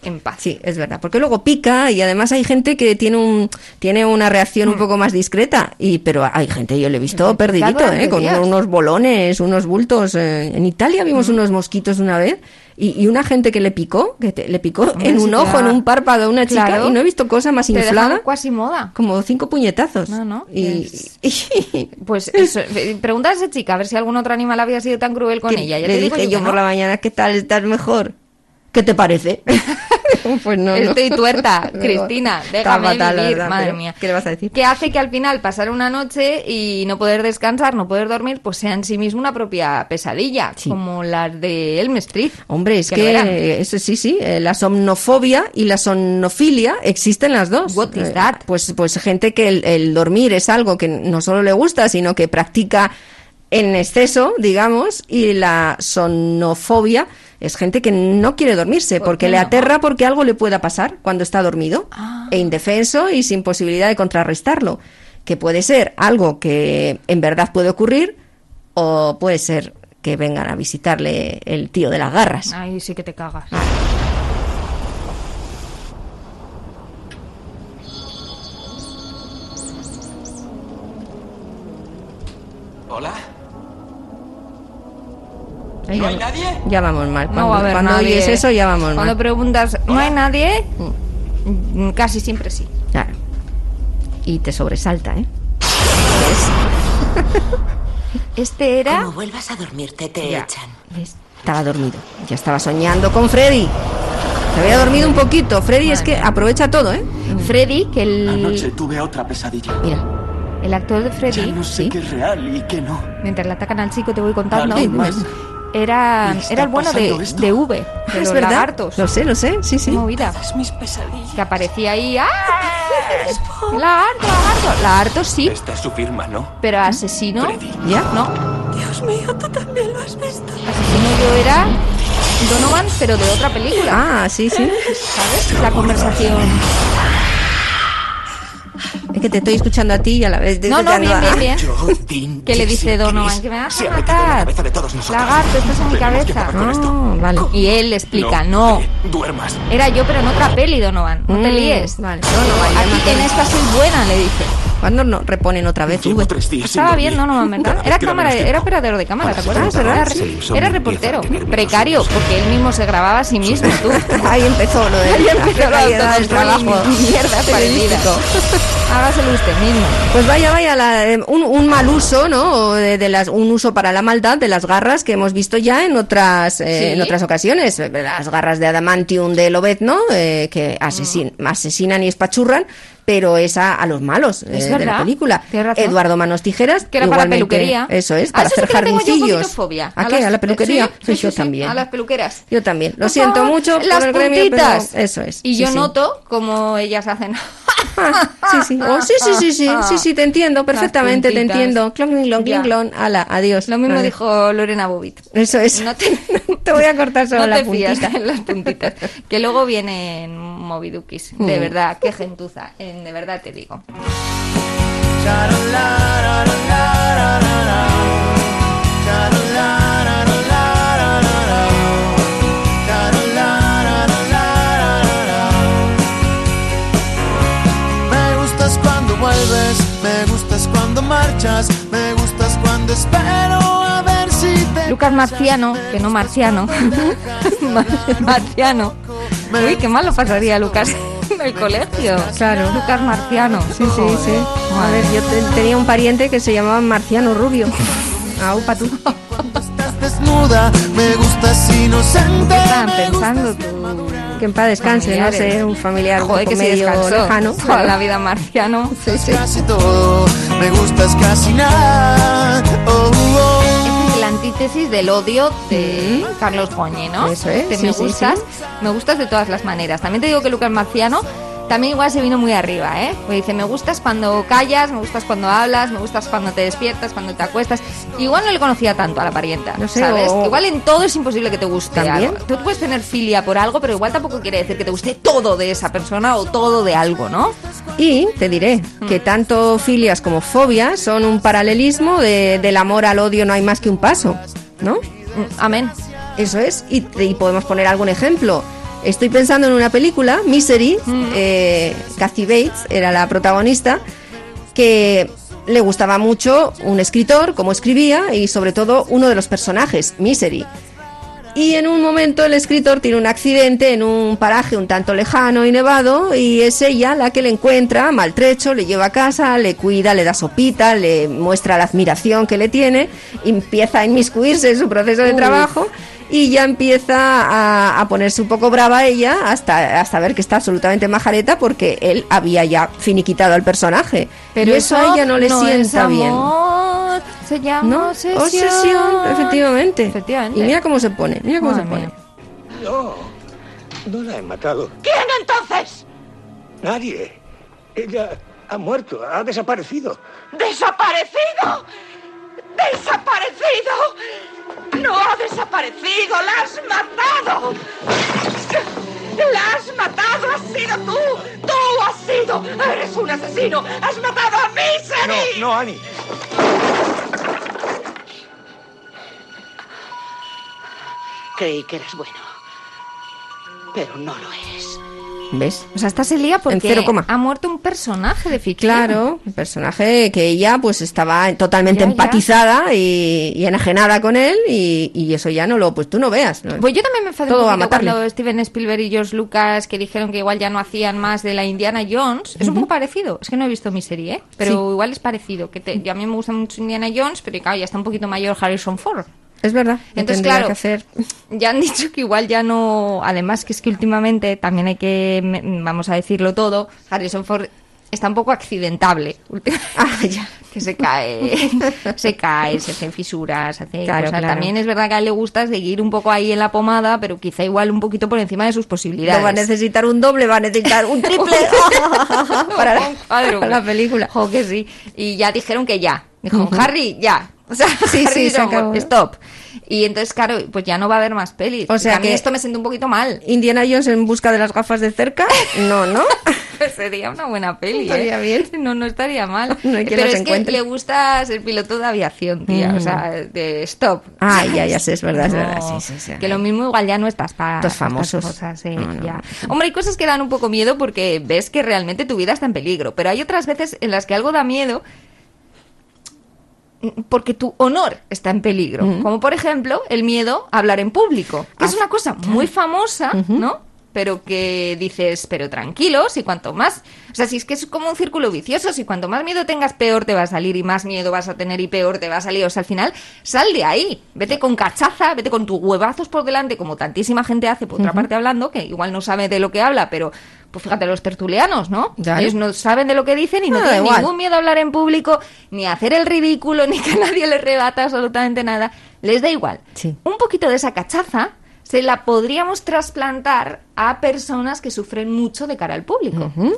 [SPEAKER 3] en paz.
[SPEAKER 2] Sí, es verdad, porque luego pica y además hay gente que tiene un tiene una reacción
[SPEAKER 3] Mm.
[SPEAKER 2] un poco más discreta y pero hay gente yo le he visto perdidito,
[SPEAKER 3] durante
[SPEAKER 2] eh, con
[SPEAKER 3] días.
[SPEAKER 2] unos bolones, unos bultos. eh. En Italia vimos
[SPEAKER 3] Mm.
[SPEAKER 2] unos mosquitos una vez y, y una gente que le picó, que te- le picó
[SPEAKER 3] Hombre,
[SPEAKER 2] en
[SPEAKER 3] si
[SPEAKER 2] un
[SPEAKER 3] te
[SPEAKER 2] ojo,
[SPEAKER 3] da-
[SPEAKER 2] en un párpado, una chica
[SPEAKER 3] Claro.
[SPEAKER 2] y no he visto cosa más
[SPEAKER 3] Te dejaron
[SPEAKER 2] inflada.
[SPEAKER 3] cuasi moda.
[SPEAKER 2] Como cinco puñetazos.
[SPEAKER 3] No, no,
[SPEAKER 2] Y, <laughs> y-
[SPEAKER 3] Pues eso, eh, pregunta a esa chica a ver si algún otro animal había sido tan cruel con
[SPEAKER 2] que
[SPEAKER 3] ella. Ya
[SPEAKER 2] le
[SPEAKER 3] te digo
[SPEAKER 2] dije yo
[SPEAKER 3] que
[SPEAKER 2] por
[SPEAKER 3] no.
[SPEAKER 2] la mañana, ¿qué tal? ¿Estás mejor? ¿Qué te
[SPEAKER 3] <laughs>
[SPEAKER 2] parece? pues no, no.
[SPEAKER 3] Estoy <laughs> tuerta,
[SPEAKER 2] No.
[SPEAKER 3] Cristina,
[SPEAKER 2] Está
[SPEAKER 3] déjame
[SPEAKER 2] fatal, la
[SPEAKER 3] vivir,
[SPEAKER 2] verdad,
[SPEAKER 3] madre
[SPEAKER 2] pero
[SPEAKER 3] mía.
[SPEAKER 2] ¿Qué le vas a decir?
[SPEAKER 3] Que hace que al final pasar una noche y no poder descansar, no poder dormir, pues sea en sí mismo una propia pesadilla,
[SPEAKER 2] Sí.
[SPEAKER 3] como las de Elm Street.
[SPEAKER 2] Hombre, es
[SPEAKER 3] Que
[SPEAKER 2] que,
[SPEAKER 3] lo eran.
[SPEAKER 2] eh, eso sí, sí, eh, la somnofobia y la somnofilia existen las dos.
[SPEAKER 3] What is
[SPEAKER 2] Eh,
[SPEAKER 3] that?
[SPEAKER 2] pues, pues gente que el, el dormir es algo que no solo le gusta, sino que practica en exceso, digamos, y la somnofobia es gente que no quiere dormirse
[SPEAKER 3] ¿Por
[SPEAKER 2] porque
[SPEAKER 3] qué
[SPEAKER 2] le
[SPEAKER 3] no?
[SPEAKER 2] aterra porque algo le pueda pasar cuando está dormido
[SPEAKER 3] Ah.
[SPEAKER 2] e indefenso y sin posibilidad de contrarrestarlo, que puede ser algo que en verdad puede ocurrir o puede ser que vengan a visitarle el tío de las garras.
[SPEAKER 3] Ay, sí que te cagas.
[SPEAKER 2] Ah,
[SPEAKER 7] ¿Hola?
[SPEAKER 2] Ahí
[SPEAKER 7] ¿No
[SPEAKER 2] ya-
[SPEAKER 7] hay nadie?
[SPEAKER 2] Ya vamos mal. Cuando,
[SPEAKER 3] no va a haber
[SPEAKER 2] cuando
[SPEAKER 3] nadie.
[SPEAKER 2] oyes eso, ya vamos
[SPEAKER 3] Cuando
[SPEAKER 2] mal.
[SPEAKER 3] preguntas, ¿no hay nadie? Mm, Casi siempre sí.
[SPEAKER 2] Claro. Y te sobresalta, ¿eh?
[SPEAKER 3] Este era...
[SPEAKER 10] Como vuelvas a dormirte, te
[SPEAKER 2] Ya.
[SPEAKER 10] echan.
[SPEAKER 2] ¿Ves? Estaba dormido. Ya estaba soñando con Freddy. Se había dormido un poquito. Freddy es que aprovecha todo, ¿eh?
[SPEAKER 3] Freddy, que
[SPEAKER 6] Anoche
[SPEAKER 3] el,
[SPEAKER 6] tuve otra pesadilla.
[SPEAKER 2] Mira.
[SPEAKER 3] el actor de
[SPEAKER 6] Ya
[SPEAKER 3] Freddy,
[SPEAKER 6] no sé qué es real y qué no.
[SPEAKER 3] mientras le atacan al chico, te voy contando, Pues,
[SPEAKER 6] Algo más.
[SPEAKER 3] era, era el bueno de,
[SPEAKER 2] pasando esto?
[SPEAKER 3] de V, de
[SPEAKER 2] Ah,
[SPEAKER 3] los
[SPEAKER 2] es verdad.
[SPEAKER 3] lagartos.
[SPEAKER 2] Lo sé, lo sé, sí, sí.
[SPEAKER 3] Movida. Que aparecía ahí. ¡Ah! Lagarto, lagarto. Lagarto sí,
[SPEAKER 10] Esta es su firma, ¿no?
[SPEAKER 3] pero asesino.
[SPEAKER 2] ¿Ya?
[SPEAKER 3] No.
[SPEAKER 5] Dios mío, tú también lo has visto.
[SPEAKER 3] Asesino yo era Donovan, pero de otra película.
[SPEAKER 2] Ah, sí, sí.
[SPEAKER 3] ¿Sabes? La conversación.
[SPEAKER 2] Es que te estoy escuchando a ti y a la vez te
[SPEAKER 3] No, no,
[SPEAKER 2] escuchando
[SPEAKER 3] bien,
[SPEAKER 2] a-
[SPEAKER 3] bien, bien. Que le dice Donovan que me vas a matar. Lagarto, estás en mi cabeza. Ah, vale. Y él explica, no.
[SPEAKER 6] eh,
[SPEAKER 10] Duermas.
[SPEAKER 3] Era yo, pero en otra peli, Donovan. No te
[SPEAKER 2] Mm,
[SPEAKER 3] líes.
[SPEAKER 2] Vale.
[SPEAKER 3] Aquí en esta soy buena, le dice.
[SPEAKER 2] ¿Cuándo no reponen otra vez? V?
[SPEAKER 3] Estaba bien, no, no, ¿verdad? Era cámara, era operador de cámara, ¿te acuerdas? Era, re- era reportero, precario, porque él mismo se grababa a sí mismo,
[SPEAKER 2] <laughs>
[SPEAKER 3] tú. <laughs>
[SPEAKER 2] Ahí empezó lo de
[SPEAKER 3] Ahí empezó
[SPEAKER 2] la precariedad
[SPEAKER 3] todo
[SPEAKER 2] del
[SPEAKER 3] el trabajo.
[SPEAKER 2] trabajo.
[SPEAKER 3] <laughs> Mierda parecida. <laughs>
[SPEAKER 2] Periodístico.
[SPEAKER 3] Hágaselo usted mismo.
[SPEAKER 2] Pues vaya, vaya, la- eh, un, un mal uso, ¿no? O De, de las, un uso para la maldad de las garras que hemos visto ya en otras, eh,
[SPEAKER 3] Sí.
[SPEAKER 2] en otras ocasiones. Eh, Las garras de Adamantium de Lobezno, eh, que asesin-
[SPEAKER 3] Mm.
[SPEAKER 2] asesinan y espachurran, pero esa a los malos eh, de la
[SPEAKER 3] verdad.
[SPEAKER 2] película.
[SPEAKER 3] Tienes razón.
[SPEAKER 2] Eduardo Manos Tijeras,
[SPEAKER 3] Que era para
[SPEAKER 2] igualmente,
[SPEAKER 3] peluquería.
[SPEAKER 2] Eso es,
[SPEAKER 3] A
[SPEAKER 2] para
[SPEAKER 3] eso
[SPEAKER 2] hacer
[SPEAKER 3] sí que le tengo yo un
[SPEAKER 2] jardincillos.
[SPEAKER 3] poquito fobia.
[SPEAKER 2] ¿A, qué?
[SPEAKER 3] las-
[SPEAKER 2] ¿A la peluquería?
[SPEAKER 3] sí, sí,
[SPEAKER 2] Soy
[SPEAKER 3] sí,
[SPEAKER 2] yo
[SPEAKER 3] sí,
[SPEAKER 2] también.
[SPEAKER 3] A las peluqueras.
[SPEAKER 2] Yo también. Lo
[SPEAKER 3] Por
[SPEAKER 2] siento
[SPEAKER 3] favor,
[SPEAKER 2] mucho por
[SPEAKER 3] las
[SPEAKER 2] el gremio, pero
[SPEAKER 3] puntitas.
[SPEAKER 2] eso es.
[SPEAKER 3] Y
[SPEAKER 2] Sí,
[SPEAKER 3] yo
[SPEAKER 2] sí.
[SPEAKER 3] noto como ellas hacen. <laughs>
[SPEAKER 2] Sí, sí. Oh, sí, sí, sí, sí, sí, sí, te entiendo perfectamente, te
[SPEAKER 3] Ah, puntitas.
[SPEAKER 2] entiendo. Clon, clon, clon,
[SPEAKER 3] Ya.
[SPEAKER 2] clon, ala, adiós.
[SPEAKER 3] Lo mismo
[SPEAKER 2] Vale.
[SPEAKER 3] dijo Lorena Bobbitt.
[SPEAKER 2] Eso es.
[SPEAKER 3] No te,
[SPEAKER 2] <laughs> Te voy a cortar solo
[SPEAKER 3] <laughs> no
[SPEAKER 2] la
[SPEAKER 3] te fías
[SPEAKER 2] puntita.
[SPEAKER 3] de las puntitas. Que luego vienen movidukis. De
[SPEAKER 2] Mm.
[SPEAKER 3] verdad, qué gentuza. en- De verdad te digo.
[SPEAKER 11] Me gustas cuando vuelves, me gustas cuando marchas, me gustas cuando espero a ver si te.
[SPEAKER 3] Lucas Marciano, que no Marciano. <laughs> Mar- Marciano. Uy, qué mal lo pasaría Lucas en el colegio. Claro. Lucas Marciano.
[SPEAKER 2] Sí, sí, sí. A ver, yo te- tenía un pariente que se llamaba Marciano
[SPEAKER 3] <laughs>
[SPEAKER 2] Rubio. Au, pa' tú.
[SPEAKER 11] desnuda, me gustas inocente.
[SPEAKER 3] Estaban pensando tú.
[SPEAKER 2] Que en paz descanse, no sé, un familiar un
[SPEAKER 3] Joder,
[SPEAKER 2] poco
[SPEAKER 3] que se
[SPEAKER 2] medio
[SPEAKER 3] descansó.
[SPEAKER 2] lejano.
[SPEAKER 3] Toda la vida Marciano.
[SPEAKER 2] Sí, sí.
[SPEAKER 11] Casi todo, me gustas casi nada. Oh, oh.
[SPEAKER 3] Esa es la antítesis del odio de Carlos Goñi, ¿no?
[SPEAKER 2] Mm. Eso es,
[SPEAKER 3] De
[SPEAKER 2] sí,
[SPEAKER 3] me
[SPEAKER 2] sí,
[SPEAKER 3] gustas, me gustas de todas las maneras. También te digo que Lucas Marciano también igual se vino muy arriba, ¿eh? Porque dice, me gustas cuando callas, me gustas cuando hablas, me gustas cuando te despiertas, cuando te acuestas. Igual no le conocía tanto a la parienta,
[SPEAKER 2] No sé,
[SPEAKER 3] ¿sabes?
[SPEAKER 2] o-
[SPEAKER 3] Igual en todo es imposible que te guste
[SPEAKER 2] También.
[SPEAKER 3] algo. Tú puedes tener filia por algo, pero igual tampoco quiere decir que te guste todo de esa persona o todo de algo, ¿no?
[SPEAKER 2] Y te diré
[SPEAKER 3] Mm.
[SPEAKER 2] que tanto filias como fobias son un paralelismo de, del amor al odio, no hay más que un paso, ¿no?
[SPEAKER 3] Mm, Amén.
[SPEAKER 2] Eso es, y, te- y podemos poner algún ejemplo. Estoy pensando en una película, Misery, eh, Kathy Bates era la protagonista, que le gustaba mucho un escritor, cómo escribía y sobre todo uno de los personajes, Misery. Y en un momento el escritor tiene un accidente en un paraje un tanto lejano y nevado y es ella la que le encuentra maltrecho, le lleva a casa, le cuida, le da sopita, le muestra la admiración que le tiene, empieza a inmiscuirse en su proceso de
[SPEAKER 3] Uf.
[SPEAKER 2] trabajo y ya empieza a, a ponerse un poco brava ella hasta, hasta ver que está absolutamente majareta porque él había ya finiquitado al personaje. y eso, a ella no le
[SPEAKER 3] es
[SPEAKER 2] sienta bien.
[SPEAKER 3] amor, Se llama
[SPEAKER 2] ¿No?
[SPEAKER 3] obsesión.
[SPEAKER 2] Obsesión, efectivamente.
[SPEAKER 3] Efectivamente.
[SPEAKER 2] Y mira cómo se pone, mira cómo
[SPEAKER 3] Madre
[SPEAKER 2] se pone.
[SPEAKER 3] mía.
[SPEAKER 12] No, no la he matado.
[SPEAKER 13] ¿Quién entonces?
[SPEAKER 12] Nadie. Ella ha muerto, ha desaparecido.
[SPEAKER 13] ¡Desaparecido! ¡Desaparecido! ¡No ha desaparecido! ¡La has matado! ¡La has matado! ¡Has sido tú! ¡Tú has sido! ¡Eres un asesino! ¡Has matado a Misery!
[SPEAKER 12] No, Annie.
[SPEAKER 13] Creí que eras bueno. Pero no lo eres.
[SPEAKER 2] ¿Ves?
[SPEAKER 3] O sea, esta se lía porque
[SPEAKER 2] En cero coma.
[SPEAKER 3] ha muerto un personaje de ficción.
[SPEAKER 2] Claro, un personaje que ella pues estaba totalmente
[SPEAKER 3] Ya, ya.
[SPEAKER 2] empatizada Y, y enajenada con él y, y eso ya no lo, pues tú no veas. ¿no?
[SPEAKER 3] Pues yo también me enfadé
[SPEAKER 2] Todo
[SPEAKER 3] un
[SPEAKER 2] va a
[SPEAKER 3] poquito
[SPEAKER 2] matarle.
[SPEAKER 3] cuando Steven Spielberg y George Lucas que dijeron que igual ya no hacían más de la Indiana Jones. Es un poco parecido. Es que no he visto mi serie, ¿eh? pero
[SPEAKER 2] Sí.
[SPEAKER 3] igual es parecido. Que te- yo a mí me gusta mucho Indiana Jones, pero claro, ya está un poquito mayor Harrison Ford.
[SPEAKER 2] Es verdad. no
[SPEAKER 3] Entonces,
[SPEAKER 2] tendría
[SPEAKER 3] claro,
[SPEAKER 2] que hacer-
[SPEAKER 3] ya han dicho que igual ya no. Además, que es que últimamente también hay que. me- Vamos a decirlo todo. Harrison Ford está un poco accidentable. ah, ya. Que se cae, se cae, se hacen fisuras, se hace
[SPEAKER 2] Claro,
[SPEAKER 3] cosas.
[SPEAKER 2] claro.
[SPEAKER 3] También es verdad que a él le gusta seguir un poco ahí en la pomada, pero quizá igual un poquito por encima de sus posibilidades.
[SPEAKER 2] No va a necesitar un doble, va a necesitar
[SPEAKER 3] <laughs>
[SPEAKER 2] un triple <laughs> para, la, para la película.
[SPEAKER 3] Jo, que sí. Y ya dijeron que ya. Dijo,
[SPEAKER 2] Ujú.
[SPEAKER 3] Harry, ya. O sea,
[SPEAKER 2] Sí,
[SPEAKER 3] Harry
[SPEAKER 2] sí, se
[SPEAKER 3] dijo,
[SPEAKER 2] acabó.
[SPEAKER 3] Stop. Y entonces, claro, pues ya no va a haber más pelis.
[SPEAKER 2] O sea
[SPEAKER 3] Y a mí
[SPEAKER 2] que-
[SPEAKER 3] esto me siente un poquito <laughs> mal.
[SPEAKER 2] Indiana Jones en busca de las gafas de cerca, no,
[SPEAKER 3] <laughs>
[SPEAKER 2] ¿no?
[SPEAKER 3] Pues Sería una buena peli. ¿eh?
[SPEAKER 2] Estaría bien.
[SPEAKER 3] No, <laughs> no estaría mal.
[SPEAKER 2] No hay quien
[SPEAKER 3] Pero
[SPEAKER 2] las
[SPEAKER 3] es que
[SPEAKER 2] encuentre.
[SPEAKER 3] le gusta ser piloto de aviación, tía.
[SPEAKER 2] Mm.
[SPEAKER 3] O sea, de stop.
[SPEAKER 2] Ah, ya, ya sé, es verdad, es verdad,
[SPEAKER 3] No,
[SPEAKER 2] sí, sí, sí.
[SPEAKER 3] Que lo mismo igual ya no estás para
[SPEAKER 2] Estos
[SPEAKER 3] para estas
[SPEAKER 2] famosos.
[SPEAKER 3] cosas, eh,
[SPEAKER 2] No, no,
[SPEAKER 3] ya. Hombre, hay cosas que dan un poco miedo porque ves que realmente tu vida está en peligro. Pero hay otras veces en las que algo da miedo porque tu honor está en peligro.
[SPEAKER 2] Ujú. Ah,
[SPEAKER 3] Como por ejemplo el miedo a hablar en público, que es una cosa muy famosa, ¿no? Pero que dices, pero tranquilos, y cuanto más. O sea, si es que es como un círculo vicioso, si cuanto más miedo tengas, peor te va a salir, y más miedo vas a tener, y peor te va a salir. O sea, al final, sal de ahí. Vete con cachaza, vete con tus huevazos por delante, como tantísima gente hace, por otra
[SPEAKER 2] Ujú.
[SPEAKER 3] parte hablando, que igual no sabe de lo que habla, pero. Pues fíjate, los tertulianos, ¿no?
[SPEAKER 2] Claro.
[SPEAKER 3] Ellos no saben de lo que dicen y no
[SPEAKER 2] Ah, da
[SPEAKER 3] tienen
[SPEAKER 2] igual.
[SPEAKER 3] ningún miedo a hablar en público, ni a hacer el ridículo, <laughs> ni que nadie les rebata absolutamente nada. Les da igual.
[SPEAKER 2] Sí.
[SPEAKER 3] Un poquito de esa cachaza se la podríamos trasplantar a personas que sufren mucho de cara al público,
[SPEAKER 2] pues-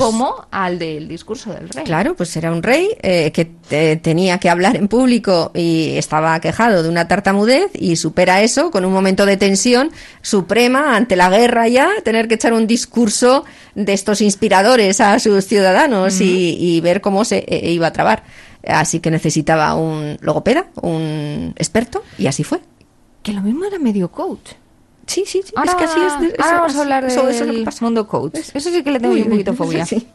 [SPEAKER 3] como al del discurso del rey.
[SPEAKER 2] Claro, pues era un rey eh, que eh, tenía que hablar en público y estaba quejado de una tartamudez y supera eso con un momento de tensión suprema ante la guerra ya, tener que echar un discurso de estos inspiradores a sus ciudadanos y, y ver cómo se eh, iba a trabar. Así que necesitaba un logopeda, un experto, y así fue.
[SPEAKER 3] Que lo mismo era medio coach.
[SPEAKER 2] Sí, sí, sí.
[SPEAKER 3] Ahora,
[SPEAKER 2] es que así es. es-
[SPEAKER 3] ahora vamos a hablar de
[SPEAKER 2] eso- eso es lo que pasa.
[SPEAKER 3] mundo coach. Eso sí que le tengo yo un poquito <laughs> fobia.
[SPEAKER 2] Sí.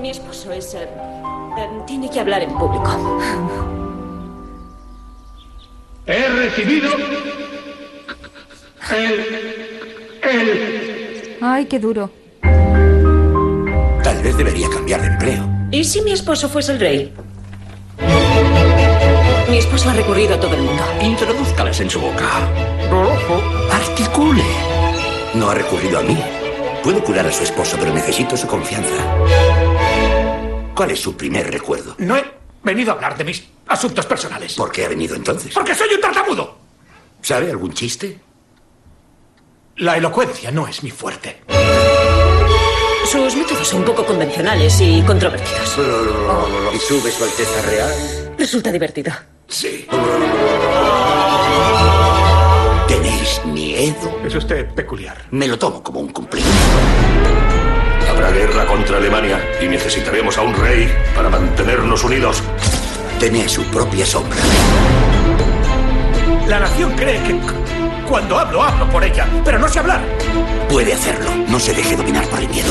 [SPEAKER 5] Mi esposo es... eh, eh, tiene que hablar en público.
[SPEAKER 7] He recibido el, el
[SPEAKER 3] Ay, qué duro.
[SPEAKER 10] Tal vez debería cambiar de empleo.
[SPEAKER 5] ¿Y si mi esposo fuese el rey? Mi esposo ha recurrido a todo el mundo.
[SPEAKER 10] Introduzcalas en su boca. Articule. No ha recurrido a mí. Puedo curar a su esposo, pero necesito su confianza. ¿Cuál es su primer recuerdo?
[SPEAKER 7] No he venido a hablar de mis asuntos personales.
[SPEAKER 10] ¿Por qué ha venido entonces?
[SPEAKER 7] Porque soy un tartamudo.
[SPEAKER 10] ¿Sabe algún chiste?
[SPEAKER 7] La elocuencia no es mi fuerte.
[SPEAKER 5] Sus métodos son poco convencionales y controvertidos.
[SPEAKER 10] ¿Y sube su Alteza Real?
[SPEAKER 5] Resulta divertido.
[SPEAKER 10] Sí. ¿Tenéis miedo?
[SPEAKER 7] Es usted peculiar.
[SPEAKER 10] Me lo tomo como un cumplido.
[SPEAKER 14] Habrá guerra contra Alemania y necesitaremos a un rey para mantenernos unidos.
[SPEAKER 10] Teme a su propia sombra.
[SPEAKER 7] La nación cree que c- cuando hablo, hablo por ella, pero no sé hablar.
[SPEAKER 10] Puede hacerlo. No se deje dominar por el miedo.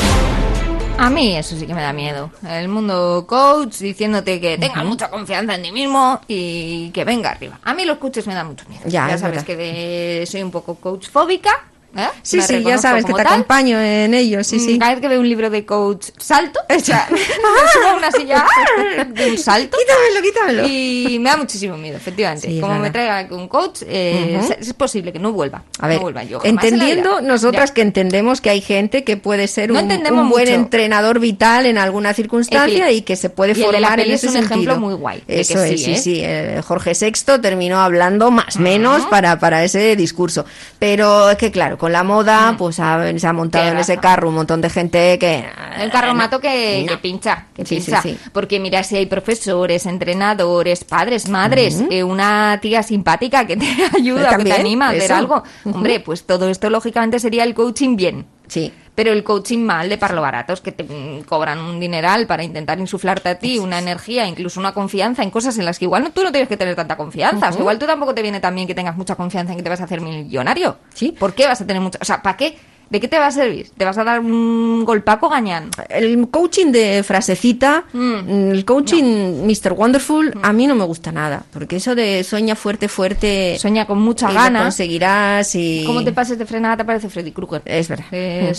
[SPEAKER 3] A mí eso sí que me da miedo. El mundo coach diciéndote que tengas mucha confianza en ti mismo y que venga arriba. A mí los coaches me dan mucho miedo.
[SPEAKER 2] Ya, es
[SPEAKER 3] sabes
[SPEAKER 2] verdad.
[SPEAKER 3] que de- soy un poco coach fóbica. ¿eh?
[SPEAKER 2] Sí,
[SPEAKER 3] Me
[SPEAKER 2] sí, ya
[SPEAKER 3] reconozco
[SPEAKER 2] sabes que
[SPEAKER 3] como
[SPEAKER 2] te
[SPEAKER 3] tal.
[SPEAKER 2] acompaño en ello, sí,
[SPEAKER 3] Mm,
[SPEAKER 2] sí.
[SPEAKER 3] Cada vez que veo un libro de coach, salto. O sea, <laughs> me subo a una silla <laughs> ¡ah! de un salto.
[SPEAKER 2] Quítamelo, quítamelo.
[SPEAKER 3] Y me da muchísimo miedo, efectivamente.
[SPEAKER 2] Sí, es
[SPEAKER 3] Como me
[SPEAKER 2] verdad.
[SPEAKER 3] traiga un coach, eh,
[SPEAKER 2] Ujú.
[SPEAKER 3] es- es posible que no vuelva.
[SPEAKER 2] A ver,
[SPEAKER 3] no vuelva yo. jamás en la
[SPEAKER 2] entendiendo
[SPEAKER 3] vida.
[SPEAKER 2] nosotras
[SPEAKER 3] Ya.
[SPEAKER 2] que entendemos que hay gente que puede ser
[SPEAKER 3] No
[SPEAKER 2] un,
[SPEAKER 3] entendemos
[SPEAKER 2] un buen
[SPEAKER 3] mucho.
[SPEAKER 2] entrenador vital en alguna circunstancia
[SPEAKER 3] Epi.
[SPEAKER 2] y que se puede
[SPEAKER 3] Y el de la
[SPEAKER 2] formar en
[SPEAKER 3] peli es
[SPEAKER 2] ese
[SPEAKER 3] un ejemplo
[SPEAKER 2] sentido.
[SPEAKER 3] muy guay, de que
[SPEAKER 2] Eso es,
[SPEAKER 3] sí,
[SPEAKER 2] sí,
[SPEAKER 3] ¿eh?
[SPEAKER 2] sí. Eh, Jorge VI terminó hablando más menos para, para ese discurso. Pero es que claro, con la moda pues ha- se ha montado
[SPEAKER 3] Mm. Qué
[SPEAKER 2] en ese
[SPEAKER 3] baja.
[SPEAKER 2] carro un montón de gente que...
[SPEAKER 3] El carromato que, que pincha, que
[SPEAKER 2] Sí, sí,
[SPEAKER 3] pincha.
[SPEAKER 2] sí.
[SPEAKER 3] Porque mira, si hay profesores, entrenadores, padres, madres, eh, una tía simpática que te <laughs> ayuda, que
[SPEAKER 2] También,
[SPEAKER 3] te anima a hacer
[SPEAKER 2] eso.
[SPEAKER 3] algo.
[SPEAKER 2] Ujú.
[SPEAKER 3] Hombre, pues todo esto lógicamente sería el coaching bien.
[SPEAKER 2] Sí.
[SPEAKER 3] Pero el coaching mal de parlo baratos que te mm, cobran un dineral para intentar insuflarte a ti una energía, incluso una confianza en cosas en las que igual no, tú no tienes que tener tanta confianza. O sea,
[SPEAKER 2] Ujú.
[SPEAKER 3] igual tú tampoco te viene tan bien que tengas mucha confianza en que te vas a hacer millonario. Sí. ¿Por qué vas a tener mucha? O sea, ¿para qué? ¿De qué te va a servir? ¿Te vas a dar un golpaco gañán?
[SPEAKER 2] El coaching de frasecita,
[SPEAKER 3] Mm.
[SPEAKER 2] el coaching Mr. Wonderful, a mí no me gusta nada, porque eso de sueña fuerte, fuerte...
[SPEAKER 3] Sueña con mucha
[SPEAKER 2] Eh, y lo
[SPEAKER 3] gana.
[SPEAKER 2] conseguirás y... <laughs>
[SPEAKER 3] Como te pases de frenada te parece Freddy Krueger.
[SPEAKER 2] Es verdad.
[SPEAKER 3] Eh,
[SPEAKER 2] Ujú.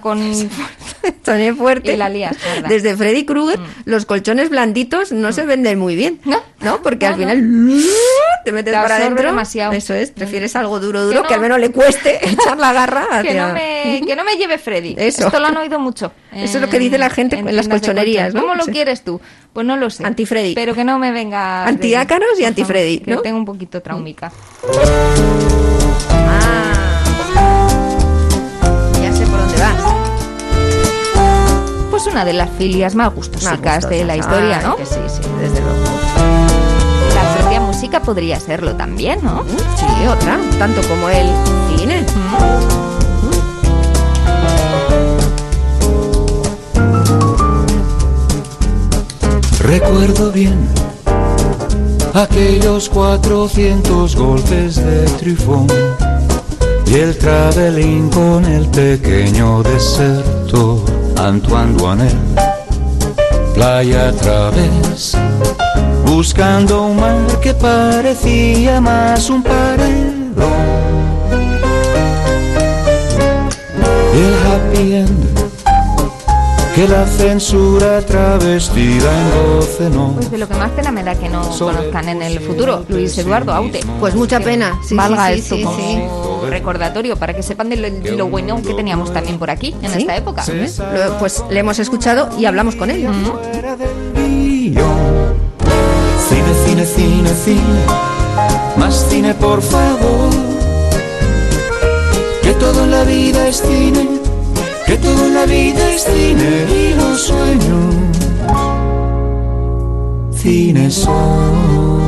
[SPEAKER 2] <laughs>
[SPEAKER 3] con...
[SPEAKER 2] Soné fuerte.
[SPEAKER 3] Y la lías, ¿verdad? Mm.
[SPEAKER 2] Desde Freddy Krueger, los colchones blanditos no se venden muy bien. No. Porque al final <laughs> te metes
[SPEAKER 3] Te
[SPEAKER 2] para
[SPEAKER 3] absorbe
[SPEAKER 2] adentro.
[SPEAKER 3] demasiado. Mm.
[SPEAKER 2] Eso es, prefieres algo duro, duro, que,
[SPEAKER 3] no-
[SPEAKER 2] al menos le
[SPEAKER 3] <laughs>
[SPEAKER 2] cueste echar la garra hacia...
[SPEAKER 3] Que no, me, que no me lleve Freddy.
[SPEAKER 2] Eso.
[SPEAKER 3] Esto lo han oído mucho.
[SPEAKER 2] Eso es lo que dice la gente en las
[SPEAKER 3] tiendas de
[SPEAKER 2] colchonerías,
[SPEAKER 3] colchón.
[SPEAKER 2] ¿no?
[SPEAKER 3] ¿Cómo lo
[SPEAKER 2] Sí.
[SPEAKER 3] quieres tú? Pues no lo sé. Anti-Freddy. Pero que no me venga. Pues
[SPEAKER 2] Antiácaros y anti-Freddy, ¿no? Mm.
[SPEAKER 3] Que tengo un poquito traumica.
[SPEAKER 2] Ya sé por dónde vas.
[SPEAKER 3] Pues una de las filias más gustosicas de la historia,
[SPEAKER 2] Ay,
[SPEAKER 3] ¿no?
[SPEAKER 2] que sí, sí, desde luego.
[SPEAKER 3] La propia música podría serlo también, ¿no?
[SPEAKER 2] Mm,
[SPEAKER 3] Mm.
[SPEAKER 2] Sí, otra, tanto como el cine.
[SPEAKER 11] Recuerdo bien aquellos 400 golpes de trifón y el travelín con el pequeño deserto Antoine Duanel, playa a través, buscando un mar que parecía más un paredón. Y el happy end que la censura travestida en voce no.
[SPEAKER 3] Pues de lo que más pena me da que no
[SPEAKER 11] Sobre
[SPEAKER 3] conozcan en el futuro, Luis Eduardo Aute.
[SPEAKER 2] Pues mucha pena, sí,
[SPEAKER 3] Valga
[SPEAKER 2] sí, sí,
[SPEAKER 3] esto
[SPEAKER 2] sí,
[SPEAKER 3] como recordatorio para que sepan de lo, de lo bueno que teníamos también por aquí en esta época.
[SPEAKER 2] Lo- pues le hemos escuchado y hablamos con él.
[SPEAKER 11] Cine, cine, cine, cine, más cine por favor. Que todo en la vida es cine, que todo en la vida es cine y los sueños. Cine son.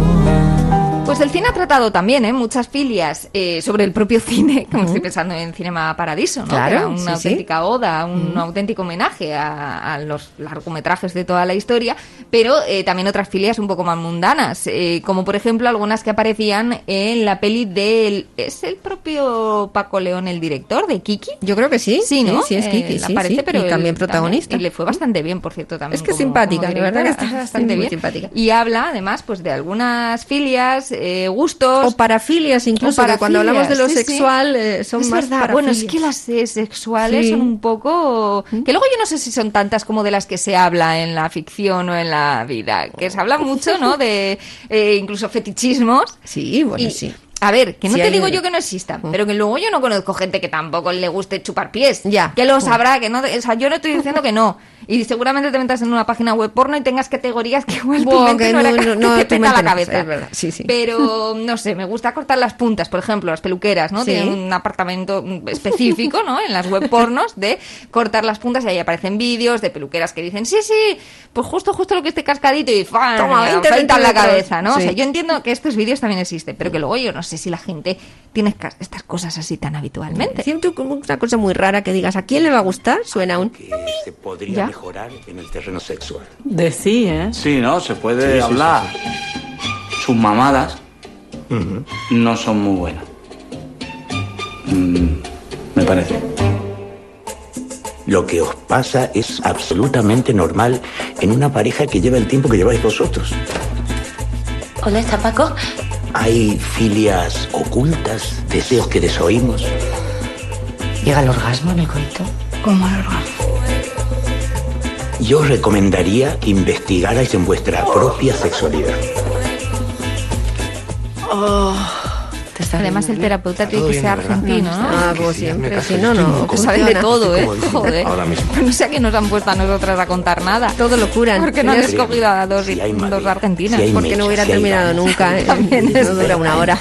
[SPEAKER 3] Pues el cine ha tratado también ¿eh? muchas filias eh, sobre el propio <laughs> cine, como estoy pensando en Cinema Paradiso, ¿no? Que
[SPEAKER 2] Claro,
[SPEAKER 3] era una
[SPEAKER 2] sí, sí.
[SPEAKER 3] auténtica oda, un auténtico homenaje a, a los largometrajes de toda la historia, pero eh, también otras filias un poco más mundanas, eh, como por ejemplo algunas que aparecían en la peli del... ¿Es el propio Paco León el director de Kiki?
[SPEAKER 2] Yo creo que sí.
[SPEAKER 3] Sí, ¿no?
[SPEAKER 2] Sí, es
[SPEAKER 3] Eh,
[SPEAKER 2] Kiki,
[SPEAKER 3] la
[SPEAKER 2] sí,
[SPEAKER 3] aparece,
[SPEAKER 2] sí,
[SPEAKER 3] pero
[SPEAKER 2] y
[SPEAKER 3] él
[SPEAKER 2] también protagonista. Mm.
[SPEAKER 3] y le fue bastante bien, por cierto, también.
[SPEAKER 2] Es que es
[SPEAKER 3] como-
[SPEAKER 2] simpática,
[SPEAKER 3] como
[SPEAKER 2] la verdad <laughs>
[SPEAKER 3] directora,
[SPEAKER 2] que está
[SPEAKER 3] bastante
[SPEAKER 2] muy
[SPEAKER 3] bien.
[SPEAKER 2] simpática.
[SPEAKER 3] Y habla, además, pues de algunas filias, eh, gustos.
[SPEAKER 2] O parafilias, incluso,
[SPEAKER 3] O
[SPEAKER 2] que cuando hablamos de lo
[SPEAKER 3] parafilias, sí, sí.
[SPEAKER 2] sexual eh, son
[SPEAKER 3] Es
[SPEAKER 2] más
[SPEAKER 3] verdad. Bueno, es
[SPEAKER 2] parafilias.
[SPEAKER 3] que las eh, sexuales
[SPEAKER 2] Sí. ¿Mm?
[SPEAKER 3] son un poco... Que luego yo no sé si son tantas como de las que se habla en la ficción o en la vida. Que se habla mucho, ¿no? De eh, incluso fetichismos.
[SPEAKER 2] Sí, bueno,
[SPEAKER 3] Y-
[SPEAKER 2] sí.
[SPEAKER 3] A ver, que no
[SPEAKER 2] Sí,
[SPEAKER 3] te
[SPEAKER 2] hay Uh.
[SPEAKER 3] digo
[SPEAKER 2] una.
[SPEAKER 3] yo que no existan, pero que luego yo no conozco gente que tampoco le guste chupar pies. Ya. Que
[SPEAKER 2] Mm.
[SPEAKER 3] lo sabrá, que no. O sea, yo no estoy diciendo que no. Y seguramente te metas en una página web porno y tengas categorías que igual tu
[SPEAKER 2] Buah,
[SPEAKER 3] mente
[SPEAKER 2] que
[SPEAKER 3] no, era
[SPEAKER 2] no-
[SPEAKER 3] capaz-
[SPEAKER 2] no,
[SPEAKER 3] te
[SPEAKER 2] tu
[SPEAKER 3] peta
[SPEAKER 2] mente
[SPEAKER 3] la
[SPEAKER 2] no,
[SPEAKER 3] cabeza.
[SPEAKER 2] es verdad, sí, sí.
[SPEAKER 3] Pero no sé, me gusta cortar las puntas, por ejemplo, las peluqueras, ¿no?
[SPEAKER 2] Sí.
[SPEAKER 3] Tienen un apartamento mm, específico, ¿no? En las web pornos de cortar las puntas y ahí aparecen vídeos de peluqueras que dicen, sí, sí, pues justo, justo lo que esté cascadito y ¡fan!
[SPEAKER 2] Toma, 20
[SPEAKER 3] afeita la
[SPEAKER 2] centímetros.
[SPEAKER 3] cabeza, ¿no? O
[SPEAKER 2] Sí.
[SPEAKER 3] sea, yo entiendo que estos vídeos también existen, pero que luego yo no sé si la gente tiene ca- estas cosas así tan habitualmente.
[SPEAKER 2] Siempre como una cosa muy rara que digas, ¿a quién le va a gustar? Suena un...
[SPEAKER 15] se podría
[SPEAKER 2] Ya.
[SPEAKER 15] mejorar en el terreno sexual.
[SPEAKER 16] De sí, ¿eh?
[SPEAKER 15] Sí, ¿no? Se
[SPEAKER 16] Sí,
[SPEAKER 15] puede
[SPEAKER 16] sí,
[SPEAKER 15] hablar. Sus mamadas no son muy buenas. Mm, me parece. Lo que os pasa es absolutamente normal en una pareja que lleva el tiempo que lleváis vosotros.
[SPEAKER 17] Hola, ¿está Paco?
[SPEAKER 15] Hay filias ocultas, deseos que desoímos.
[SPEAKER 17] ¿Llega el orgasmo en el coito? ¿Cómo el orgasmo?
[SPEAKER 15] Yo os recomendaría que investigarais en vuestra propia sexualidad.
[SPEAKER 3] Además, el terapeuta tiene que ser argentino, ¿no?
[SPEAKER 2] Ah, como siempre, si no, no.
[SPEAKER 3] Que saben de todo, ¿eh? Joder.
[SPEAKER 2] Ahora
[SPEAKER 3] <laughs>
[SPEAKER 2] mismo.
[SPEAKER 3] No sé a qué nos han puesto a nosotras a contar nada.
[SPEAKER 2] Todo lo curan.
[SPEAKER 3] Porque no han
[SPEAKER 2] Mira.
[SPEAKER 3] escogido a dos, dos argentinas.
[SPEAKER 2] Porque no hubiera terminado nunca. ¿eh? no dura una hora.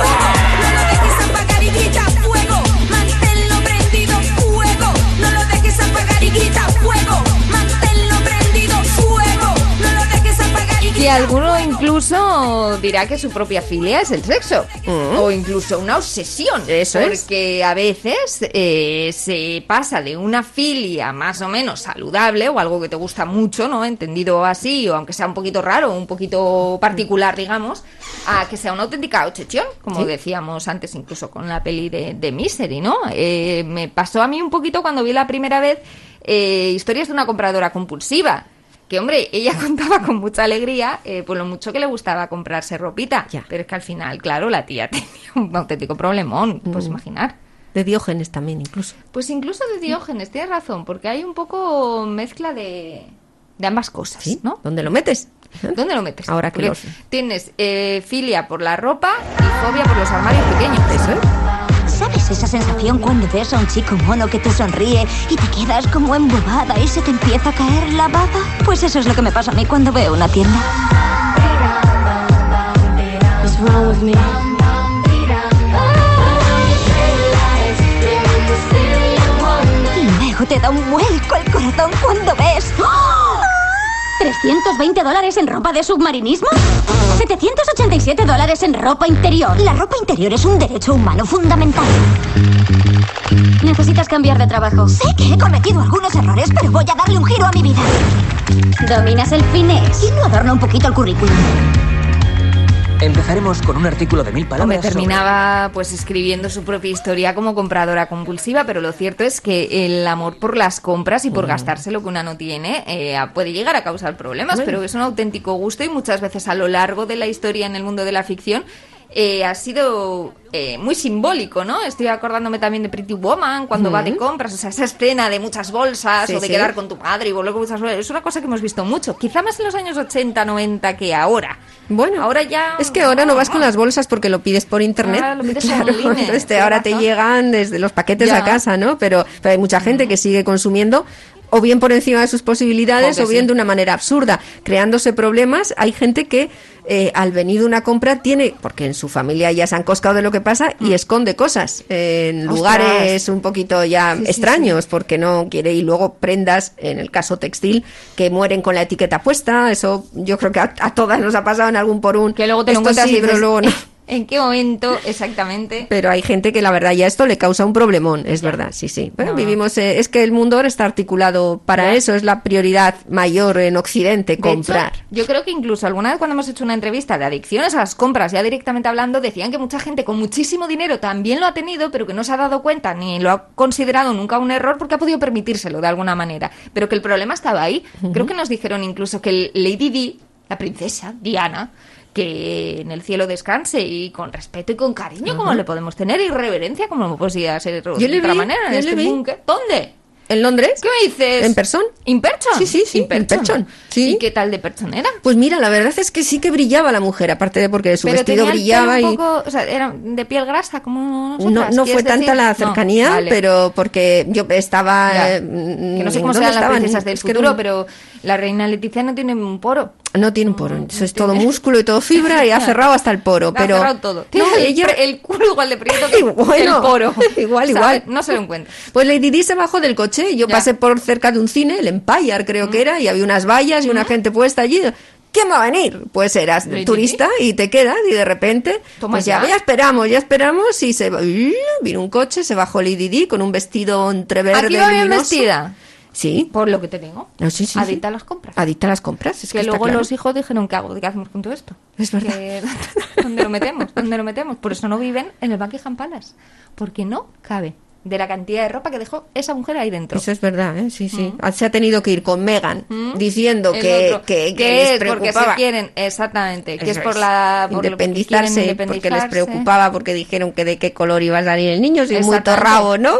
[SPEAKER 13] apagar y grita fuego. Manténlo prendido, fuego. No lo dejes apagar y grita fuego. Manténlo prendido, fuego. No lo dejes apagar y
[SPEAKER 3] Y
[SPEAKER 13] grita
[SPEAKER 3] alguno incluso dirá que su propia filia es el sexo. O incluso una obsesión. Eso
[SPEAKER 2] Mm. es.
[SPEAKER 3] Porque a veces eh, se pasa de una filia más o menos saludable o algo que te gusta mucho, ¿no? Entendido así, o aunque sea un poquito raro, un poquito particular, digamos, a que sea una auténtica obsesión, como
[SPEAKER 2] Sí.
[SPEAKER 3] decíamos antes incluso con la peli de, de Misery, ¿no? Eh, me pasó a mí un poquito cuando vi la primera vez eh, historias de una compradora compulsiva que hombre, ella <laughs> contaba con mucha alegría eh, por lo mucho que le gustaba comprarse ropita, pero es que al final, claro, la tía <laughs> tenía un auténtico problemón, pues imaginar.
[SPEAKER 2] De Diógenes también, incluso.
[SPEAKER 3] Pues incluso de Diógenes, tienes razón, porque hay un poco mezcla de, de ambas cosas, ¿no?
[SPEAKER 2] ¿Dónde lo metes?
[SPEAKER 3] ¿Dónde lo metes?
[SPEAKER 2] Ahora que
[SPEAKER 3] Porque
[SPEAKER 2] lo sé.
[SPEAKER 3] tienes eh, filia por la ropa y fobia por los armarios pequeños.
[SPEAKER 16] ¿Sabes esa sensación cuando ves a un chico mono que te sonríe y te quedas como embobada y se te empieza a caer la baba? Pues eso es lo que me pasa a mí cuando veo una tienda. Y luego te da un vuelco el corazón cuando ves. ¡Ah! ¿320 dólares en ropa de submarinismo? ¿787 dólares en ropa interior? La ropa interior es un derecho humano fundamental. Necesitas cambiar de trabajo. Sé que he cometido algunos errores, pero voy a darle un giro a mi vida. Dominas el finés. ¿Y no adorna un poquito el currículum?
[SPEAKER 18] Empezaremos con un artículo de mil
[SPEAKER 3] Hombre,
[SPEAKER 18] palabras.
[SPEAKER 3] terminaba pues escribiendo su propia historia como compradora compulsiva, pero lo cierto es que el amor por las compras y
[SPEAKER 2] Mm.
[SPEAKER 3] por gastarse lo que una no tiene eh, puede llegar a causar problemas,
[SPEAKER 2] Bueno.
[SPEAKER 3] pero es un auténtico gusto y muchas veces a lo largo de la historia en el mundo de la ficción eh, ha sido eh, muy simbólico, ¿no? Estoy acordándome también de Pretty Woman cuando va de compras, o sea, esa escena de muchas bolsas
[SPEAKER 2] Mm. Sí,
[SPEAKER 3] o de
[SPEAKER 2] sí.
[SPEAKER 3] quedar con tu padre y volver con muchas bolsas, es una cosa que hemos visto mucho, quizá más en los años 80, 90 que ahora.
[SPEAKER 2] Bueno,
[SPEAKER 3] ahora ya...
[SPEAKER 2] Es que ahora no vas con las bolsas porque lo pides por internet.
[SPEAKER 3] Ahora lo pides online,
[SPEAKER 2] entonces te-
[SPEAKER 3] tienes
[SPEAKER 2] ahora te
[SPEAKER 3] razón.
[SPEAKER 2] llegan desde los paquetes
[SPEAKER 3] Ya.
[SPEAKER 2] a casa, ¿no? Pero, pero hay mucha gente que sigue consumiendo o bien por encima de sus posibilidades
[SPEAKER 3] Porque
[SPEAKER 2] o bien
[SPEAKER 3] sí.
[SPEAKER 2] de una manera absurda, creándose problemas. Hay gente que eh, al venir de una compra tiene, porque en su familia ya se han coscado de lo que pasa
[SPEAKER 3] Mm.
[SPEAKER 2] y esconde cosas en
[SPEAKER 3] Ostras.
[SPEAKER 2] lugares un poquito ya
[SPEAKER 3] Sí, sí,
[SPEAKER 2] extraños porque no quiere y luego prendas, en el caso textil, que mueren con la etiqueta puesta. Eso yo creo que a, a todas nos ha pasado en algún por un. Que
[SPEAKER 3] luego te lo encuentras y
[SPEAKER 2] pero
[SPEAKER 3] dices, "Eh".
[SPEAKER 2] luego no.
[SPEAKER 3] ¿En qué momento exactamente?
[SPEAKER 2] Pero hay gente que la verdad ya esto le causa un problemón, es verdad, sí, sí. Bueno,
[SPEAKER 3] No.
[SPEAKER 2] vivimos, eh, es que el mundo ahora está articulado para
[SPEAKER 3] Ya.
[SPEAKER 2] eso, es la prioridad mayor en Occidente,
[SPEAKER 3] De hecho,
[SPEAKER 2] comprar.
[SPEAKER 3] yo creo que incluso alguna vez cuando hemos hecho una entrevista de adicciones a las compras, ya directamente hablando, decían que mucha gente con muchísimo dinero también lo ha tenido, pero que no se ha dado cuenta ni lo ha considerado nunca un error porque ha podido permitírselo de alguna manera. Pero que el problema estaba ahí. Creo que nos dijeron incluso que el Lady Di, la princesa Diana, que en el cielo descanse y con respeto y con cariño como
[SPEAKER 2] Ujú.
[SPEAKER 3] le podemos tener y reverencia como no podía ser de
[SPEAKER 2] Yo le
[SPEAKER 3] otra
[SPEAKER 2] vi,
[SPEAKER 3] manera en
[SPEAKER 2] yo
[SPEAKER 3] este
[SPEAKER 2] le vi.
[SPEAKER 3] búnker. ¿Dónde?
[SPEAKER 2] ¿En Londres?
[SPEAKER 3] ¿Qué me dices?
[SPEAKER 2] ¿En Person?
[SPEAKER 3] ¿In Person?
[SPEAKER 2] Sí, sí, sí,
[SPEAKER 3] In Person.
[SPEAKER 2] en Person,
[SPEAKER 3] ¿Y qué tal de personera?
[SPEAKER 2] Pues mira, la verdad es que sí que brillaba la mujer, aparte de porque su vestido
[SPEAKER 3] tenía el pelo
[SPEAKER 2] brillaba y...
[SPEAKER 3] un poco, o sea, era de piel grasa, como
[SPEAKER 2] No,
[SPEAKER 3] nosotras,
[SPEAKER 2] no
[SPEAKER 3] ¿quieres
[SPEAKER 2] fue tanta
[SPEAKER 3] decir?
[SPEAKER 2] la
[SPEAKER 3] No,
[SPEAKER 2] cercanía,
[SPEAKER 3] vale.
[SPEAKER 2] pero porque yo estaba...
[SPEAKER 3] Ya.
[SPEAKER 2] eh, mm,
[SPEAKER 3] Que no sé cómo
[SPEAKER 2] ¿dónde
[SPEAKER 3] serán las
[SPEAKER 2] estaba?
[SPEAKER 3] princesas del
[SPEAKER 2] Es que
[SPEAKER 3] futuro,
[SPEAKER 2] no-
[SPEAKER 3] pero la reina Leticia no tiene un poro.
[SPEAKER 2] No tiene un poro, eso es todo músculo y todo fibra y
[SPEAKER 3] <laughs>
[SPEAKER 2] ha cerrado hasta el poro,
[SPEAKER 3] La ha
[SPEAKER 2] pero...
[SPEAKER 3] cerrado todo. Tiene
[SPEAKER 2] No,
[SPEAKER 3] el,
[SPEAKER 2] ella-
[SPEAKER 3] pre- el culo igual
[SPEAKER 2] <laughs>
[SPEAKER 3] de prieto que
[SPEAKER 2] Bueno,
[SPEAKER 3] el poro.
[SPEAKER 2] <laughs> igual,
[SPEAKER 3] ¿Sabes?
[SPEAKER 2] igual.
[SPEAKER 3] No se lo encuentra.
[SPEAKER 2] Pues Lady Di se bajó del coche. Yo pasé por cerca de un cine, el Empire creo
[SPEAKER 3] Mm.
[SPEAKER 2] que era, y había unas vallas y una gente puesta allí. ¿Quién va a venir? Pues eras
[SPEAKER 3] Lady
[SPEAKER 2] turista y te quedas y de repente,
[SPEAKER 3] Toma
[SPEAKER 2] pues ya,
[SPEAKER 3] ya.
[SPEAKER 2] ya esperamos, ya esperamos y se va- vino un coche, se bajó Lady Di con un vestido entreverde
[SPEAKER 3] Aquí va bien
[SPEAKER 2] luminoso.
[SPEAKER 3] vestida.
[SPEAKER 2] Sí.
[SPEAKER 3] Por lo que te digo.
[SPEAKER 2] No, Ah, sí, sí, sí.
[SPEAKER 3] Adicta a las compras.
[SPEAKER 2] Adicta a las compras, es
[SPEAKER 3] que,
[SPEAKER 2] que, está
[SPEAKER 3] luego
[SPEAKER 2] claro.
[SPEAKER 3] los hijos dijeron, ¿qué hago? ¿Qué hacemos con todo esto? <laughs>
[SPEAKER 2] Es verdad.
[SPEAKER 3] Que- ¿Dónde lo metemos? ¿Dónde lo metemos? Por eso no viven en el Buckingham Palace. Porque no cabe de la cantidad de ropa que dejó esa mujer ahí dentro.
[SPEAKER 2] Eso es verdad, ¿eh? sí, sí. Se ha tenido que ir con Megan diciendo
[SPEAKER 3] Mm. El
[SPEAKER 2] que,
[SPEAKER 3] otro,
[SPEAKER 2] que, que
[SPEAKER 3] que
[SPEAKER 2] les
[SPEAKER 3] es porque se
[SPEAKER 2] preocupaba.
[SPEAKER 3] quieren, exactamente, que es
[SPEAKER 2] Eso
[SPEAKER 3] por
[SPEAKER 2] es.
[SPEAKER 3] la por lo que quieren
[SPEAKER 2] independizarse, porque les
[SPEAKER 3] independizarse.
[SPEAKER 2] preocupaba porque dijeron que de qué color iba a salir el niño si es muy
[SPEAKER 3] Exactamente.
[SPEAKER 2] torrado no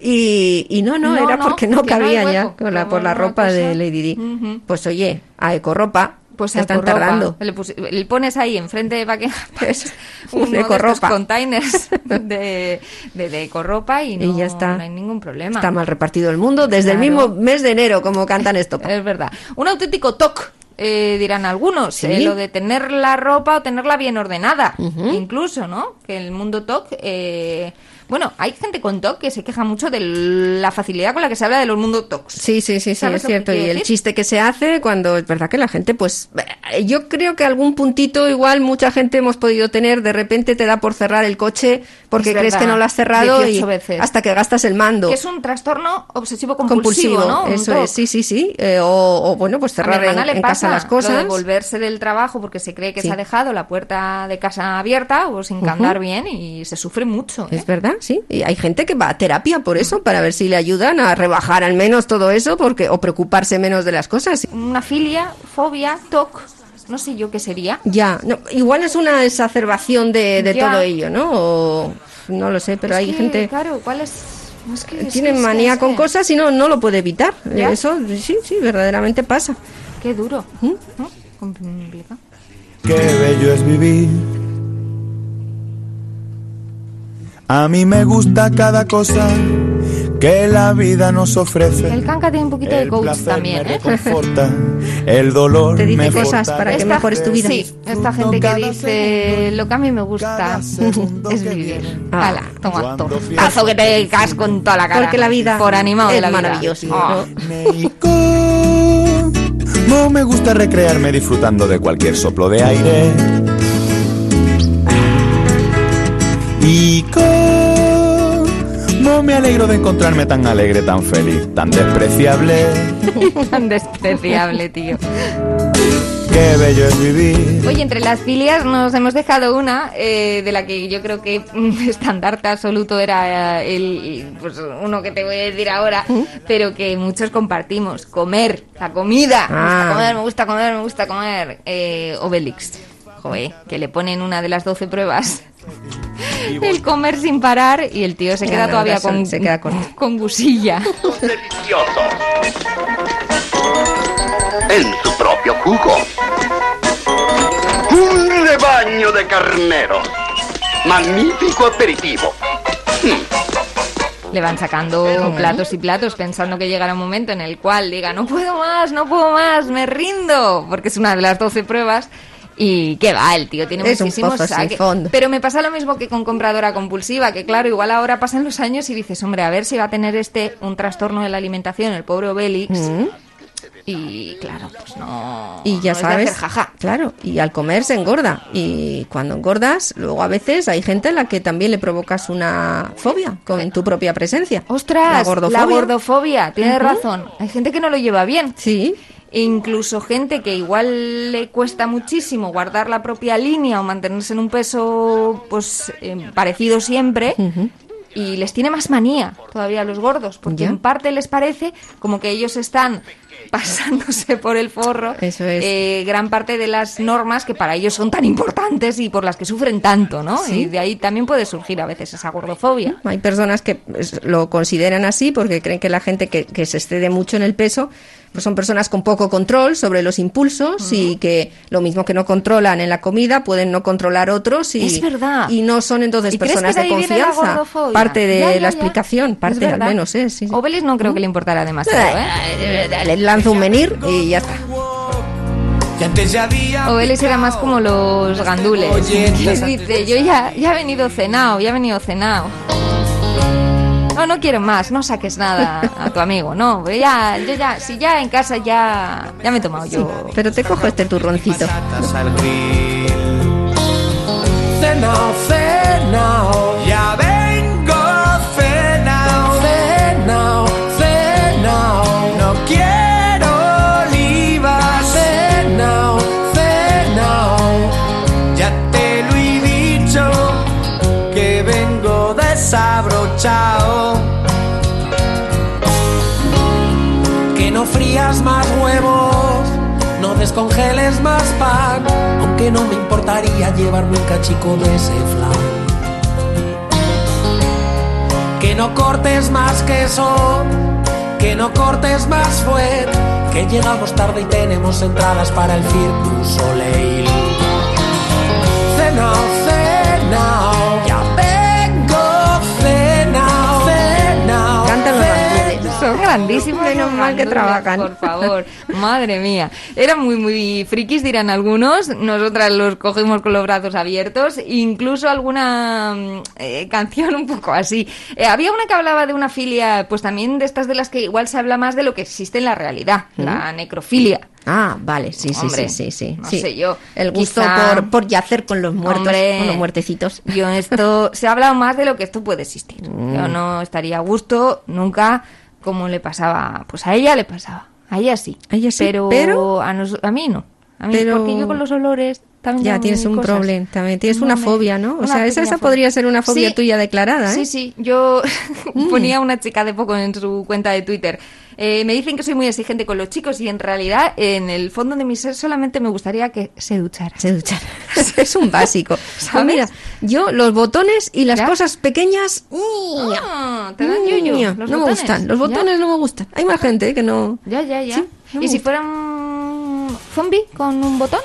[SPEAKER 2] y, y no no,
[SPEAKER 3] No,
[SPEAKER 2] era
[SPEAKER 3] no,
[SPEAKER 2] porque no
[SPEAKER 3] que no hay
[SPEAKER 2] cabían ya
[SPEAKER 3] hueco,
[SPEAKER 2] con la-
[SPEAKER 3] como
[SPEAKER 2] por la
[SPEAKER 3] una
[SPEAKER 2] ropa de
[SPEAKER 3] cosa.
[SPEAKER 2] Lady Di
[SPEAKER 3] Ujú.
[SPEAKER 2] pues oye a ecorropa
[SPEAKER 3] Pues
[SPEAKER 2] se están
[SPEAKER 3] ecorropa.
[SPEAKER 2] tardando Pues,
[SPEAKER 3] Le, pus- le pones ahí enfrente de
[SPEAKER 2] <laughs>
[SPEAKER 3] Buckingham Palace
[SPEAKER 2] un
[SPEAKER 3] uno de estos
[SPEAKER 2] ecorropa. <laughs>
[SPEAKER 3] containers de, de, de ecorropa y, no,
[SPEAKER 2] y ya está
[SPEAKER 3] no hay ningún problema.
[SPEAKER 2] está mal repartido el mundo desde el
[SPEAKER 3] Claro.
[SPEAKER 2] mismo mes de enero como cantan
[SPEAKER 3] <laughs>
[SPEAKER 2] esto
[SPEAKER 3] Es verdad. Un auténtico toc, eh, dirán algunos.
[SPEAKER 2] Sí.
[SPEAKER 3] eh, lo de tener la ropa o tenerla bien ordenada.
[SPEAKER 2] Ujú.
[SPEAKER 3] Incluso, ¿no? Que el mundo toc. eh, bueno, hay gente con toc que se queja mucho de la facilidad con la que se habla de los mundos tocs.
[SPEAKER 2] Sí, sí, sí, sí,
[SPEAKER 3] ¿Sabes
[SPEAKER 2] es
[SPEAKER 3] lo que
[SPEAKER 2] cierto.
[SPEAKER 3] quiero
[SPEAKER 2] Y el
[SPEAKER 3] decir?
[SPEAKER 2] chiste que se hace cuando es verdad que la gente, pues eh, yo creo que algún puntito igual mucha gente hemos podido tener, de repente te da por cerrar el coche porque
[SPEAKER 3] Es
[SPEAKER 2] crees
[SPEAKER 3] verdad,
[SPEAKER 2] que no lo has cerrado y
[SPEAKER 3] 18 veces.
[SPEAKER 2] hasta que gastas el mando.
[SPEAKER 3] Que es un trastorno obsesivo compulsivo, ¿no? Un
[SPEAKER 2] eso
[SPEAKER 3] TOC.
[SPEAKER 2] es, sí, sí, sí. Eh, o, o, bueno, pues
[SPEAKER 3] A mi
[SPEAKER 2] cerrar en,
[SPEAKER 3] hermana le
[SPEAKER 2] en casa
[SPEAKER 3] pasa
[SPEAKER 2] las
[SPEAKER 3] lo de
[SPEAKER 2] cosas.
[SPEAKER 3] volverse del trabajo porque se cree que
[SPEAKER 2] Sí.
[SPEAKER 3] se ha dejado la puerta de casa abierta o sin
[SPEAKER 2] Ujú.
[SPEAKER 3] candar bien y se sufre mucho. ¿eh?
[SPEAKER 2] Es verdad, sí. Y hay gente que va a terapia por eso, para ver si le ayudan a rebajar al menos todo eso porque o preocuparse menos de las cosas.
[SPEAKER 3] Una filia, fobia, TOC, no sé yo qué sería.
[SPEAKER 2] Ya, no, igual es una exacerbación de, de
[SPEAKER 3] Ya.
[SPEAKER 2] todo ello, ¿no? O- no lo sé, pero
[SPEAKER 3] Es
[SPEAKER 2] hay
[SPEAKER 3] que,
[SPEAKER 2] gente...
[SPEAKER 3] Claro, ¿cuál es Es que- es
[SPEAKER 2] Tienen
[SPEAKER 3] que- es
[SPEAKER 2] manía
[SPEAKER 3] que-
[SPEAKER 2] con cosas y no, no lo puede evitar.
[SPEAKER 3] Ya.
[SPEAKER 2] Eso sí, sí, verdaderamente pasa.
[SPEAKER 3] Qué duro.
[SPEAKER 2] ¿Mm?
[SPEAKER 3] ¿No? Complicado.
[SPEAKER 11] Qué bello es vivir. A mí me gusta cada cosa que la vida nos
[SPEAKER 3] El
[SPEAKER 11] ofrece.
[SPEAKER 3] canca tiene un poquito de
[SPEAKER 11] El
[SPEAKER 3] coach
[SPEAKER 11] placer
[SPEAKER 3] también,
[SPEAKER 11] me
[SPEAKER 3] ¿eh?
[SPEAKER 11] reconforta, el dolor
[SPEAKER 2] Te dice
[SPEAKER 11] me
[SPEAKER 2] cosas
[SPEAKER 11] fortalece.
[SPEAKER 2] para que
[SPEAKER 3] Esta-
[SPEAKER 2] mejores tu vida.
[SPEAKER 3] Sí, esta gente que dice lo que a mí me gusta <laughs> es vivir. Hala, toma todo. Cazo que te caes con toda la cara.
[SPEAKER 2] Ah. Porque la vida
[SPEAKER 3] Por animado de
[SPEAKER 2] es
[SPEAKER 3] la vida.
[SPEAKER 2] maravillosa.
[SPEAKER 3] Ah.
[SPEAKER 11] No me gusta recrearme disfrutando de cualquier soplo de aire. Y cómo me alegro de encontrarme tan alegre, tan feliz, tan despreciable.
[SPEAKER 3] <laughs> Tan despreciable, tío.
[SPEAKER 11] Qué bello es vivir.
[SPEAKER 3] Oye, entre las filias nos hemos dejado una eh, de la que yo creo que <laughs> mm, estandarte absoluto era eh, el pues, uno que te voy a decir ahora, pero que muchos compartimos. Comer, la comida.
[SPEAKER 2] Ah.
[SPEAKER 3] Me gusta comer, me gusta comer, me gusta comer. Eh, Obelix, joder, que le ponen una de las 12 pruebas. El comer sin parar y el tío se
[SPEAKER 2] Ya,
[SPEAKER 3] queda
[SPEAKER 2] la
[SPEAKER 3] todavía
[SPEAKER 2] verdad,
[SPEAKER 3] con,
[SPEAKER 2] se queda corto.
[SPEAKER 3] con gusilla.
[SPEAKER 6] en su propio jugo. Un rebaño de carneros. Magnífico aperitivo.
[SPEAKER 3] Le van sacando platos y platos pensando que llegará un momento en el cual diga, no puedo más, no puedo más, me rindo, porque es una de las 12 pruebas. Y qué va, el tío tiene
[SPEAKER 2] Es un
[SPEAKER 3] muchísimos
[SPEAKER 2] pozo sin
[SPEAKER 3] saques.
[SPEAKER 2] fondo.
[SPEAKER 3] Pero me pasa lo mismo que con compradora compulsiva, que claro, igual ahora pasan los años y dices, hombre, a ver si va a tener este un trastorno de la alimentación, el pobre Obélix. Y claro, pues no.
[SPEAKER 2] Mm. Y ya
[SPEAKER 3] no es de
[SPEAKER 2] sabes,
[SPEAKER 3] hacer jaja.
[SPEAKER 2] claro, y al comer se engorda. Y cuando engordas, luego a veces hay gente a la que también le provocas una fobia con tu propia presencia.
[SPEAKER 3] Eh, Ostras,
[SPEAKER 2] la gordofobia.
[SPEAKER 3] tienes
[SPEAKER 2] Ujú.
[SPEAKER 3] razón. Hay gente que no lo lleva bien.
[SPEAKER 2] Sí.
[SPEAKER 3] E Incluso gente que igual le cuesta muchísimo guardar la propia línea o mantenerse en un peso pues eh, parecido siempre. Y les tiene más manía todavía a los gordos, porque
[SPEAKER 2] Ya.
[SPEAKER 3] en parte les parece como que ellos están <laughs> pasándose por el forro
[SPEAKER 2] Eso es.
[SPEAKER 3] eh, gran parte de las normas que para ellos son tan importantes y por las que sufren tanto, ¿no?
[SPEAKER 2] Sí.
[SPEAKER 3] Y de ahí también puede surgir a veces esa gordofobia.
[SPEAKER 2] Hay personas que pues, lo consideran así porque creen que la gente que, que se excede mucho en el peso pues son personas con poco control sobre los impulsos y que lo mismo que no controlan en la comida pueden no controlar otros y,
[SPEAKER 3] Es verdad.
[SPEAKER 2] y no son entonces
[SPEAKER 3] ¿Y crees
[SPEAKER 2] personas
[SPEAKER 3] que
[SPEAKER 2] de
[SPEAKER 3] de ahí viene la
[SPEAKER 2] confianza.
[SPEAKER 3] gordofobia?
[SPEAKER 2] Parte de
[SPEAKER 3] Ya, ya, ya.
[SPEAKER 2] la explicación, parte al
[SPEAKER 3] verdad. Oh.
[SPEAKER 2] menos, ¿eh? Sí, sí.
[SPEAKER 3] Obelix no creo que le importara demasiado, ¿eh?
[SPEAKER 2] Le lanzo un menir y ya está.
[SPEAKER 3] Obelix era más como los gandules. <laughs> Les dice, yo ya, ya he venido cenado, ya he venido cenado. No, no quiero más, no saques nada a tu amigo, no. Ya, yo ya, si ya en casa ya, ya me he tomado yo.
[SPEAKER 2] Pero te cojo este turroncito.
[SPEAKER 11] al grill. Cenao, cenao, ya vengo cenao, cenao, cenao, no quiero olivas, cenao, cenao, ya te lo he dicho que vengo desabrochao. Que no frías más huevos, no descongeles más pan, aunque no me importaría llevarme un cachico de ese flan. Que no cortes más queso, que no cortes más fuet, que llegamos tarde y tenemos entradas para el Circus Soleil. Cenao, cenao, ya vengo, cenao, cenao.
[SPEAKER 2] Cantan los gandules.
[SPEAKER 3] Son grandísimos.
[SPEAKER 2] Menos
[SPEAKER 3] los
[SPEAKER 2] mal que
[SPEAKER 3] gandules,
[SPEAKER 2] trabajan.
[SPEAKER 3] Por favor, <laughs> madre mía. Eran muy, muy frikis, dirán algunos. Nosotras los cogimos con los brazos abiertos. Incluso alguna mm, eh, canción un poco así. Eh, había una que hablaba de una filia, pues también de estas de las que igual se habla más de lo que existe en la realidad, la necrofilia.
[SPEAKER 2] Ah, vale, sí, sí,
[SPEAKER 3] Hombre,
[SPEAKER 2] sí, sí, sí.
[SPEAKER 3] no
[SPEAKER 2] sí.
[SPEAKER 3] sé yo,
[SPEAKER 2] El gusto
[SPEAKER 3] quizá-
[SPEAKER 2] por, por yacer con los muertos,
[SPEAKER 3] Hombre.
[SPEAKER 2] con los muertecitos. Mm.
[SPEAKER 3] <laughs> Yo esto se ha hablado más de lo que esto puede existir. Yo no estaría a gusto nunca como le pasaba, pues a ella le pasaba, a ella sí,
[SPEAKER 2] A ella sí,
[SPEAKER 3] pero,
[SPEAKER 2] pero-
[SPEAKER 3] a, nos- a mí no, a mí
[SPEAKER 2] pero-
[SPEAKER 3] porque yo con los olores También
[SPEAKER 2] Ya
[SPEAKER 3] tengo
[SPEAKER 2] tienes
[SPEAKER 3] mis
[SPEAKER 2] un
[SPEAKER 3] cosas.
[SPEAKER 2] problema, también tienes una
[SPEAKER 3] me-
[SPEAKER 2] fobia, ¿no? O
[SPEAKER 3] una
[SPEAKER 2] sea, esa,
[SPEAKER 3] pequeña
[SPEAKER 2] esa
[SPEAKER 3] fobia.
[SPEAKER 2] podría ser una fobia
[SPEAKER 3] Sí.
[SPEAKER 2] tuya declarada, ¿eh? Mm.
[SPEAKER 3] Sí, sí. Yo <laughs> ponía una chica de poco en su cuenta de Twitter. Eh, me dicen que soy muy exigente con los chicos y en realidad, en el fondo de mi ser, solamente me gustaría que se duchara.
[SPEAKER 2] Se
[SPEAKER 3] <laughs>
[SPEAKER 2] duchar. es un básico. <laughs> Pues
[SPEAKER 3] ¿Sabes?
[SPEAKER 2] mira, yo los botones y las cosas pequeñas.
[SPEAKER 3] Ah, te dan yuyu,
[SPEAKER 2] ña,
[SPEAKER 3] los
[SPEAKER 2] no me
[SPEAKER 3] botones.
[SPEAKER 2] gustan. Los
[SPEAKER 3] Ya.
[SPEAKER 2] botones no me gustan. Hay más gente eh, que no.
[SPEAKER 3] Ya, ya, ya.
[SPEAKER 2] Sí, no me
[SPEAKER 3] ¿Y si
[SPEAKER 2] gusta.
[SPEAKER 3] fuera un zombie con un botón?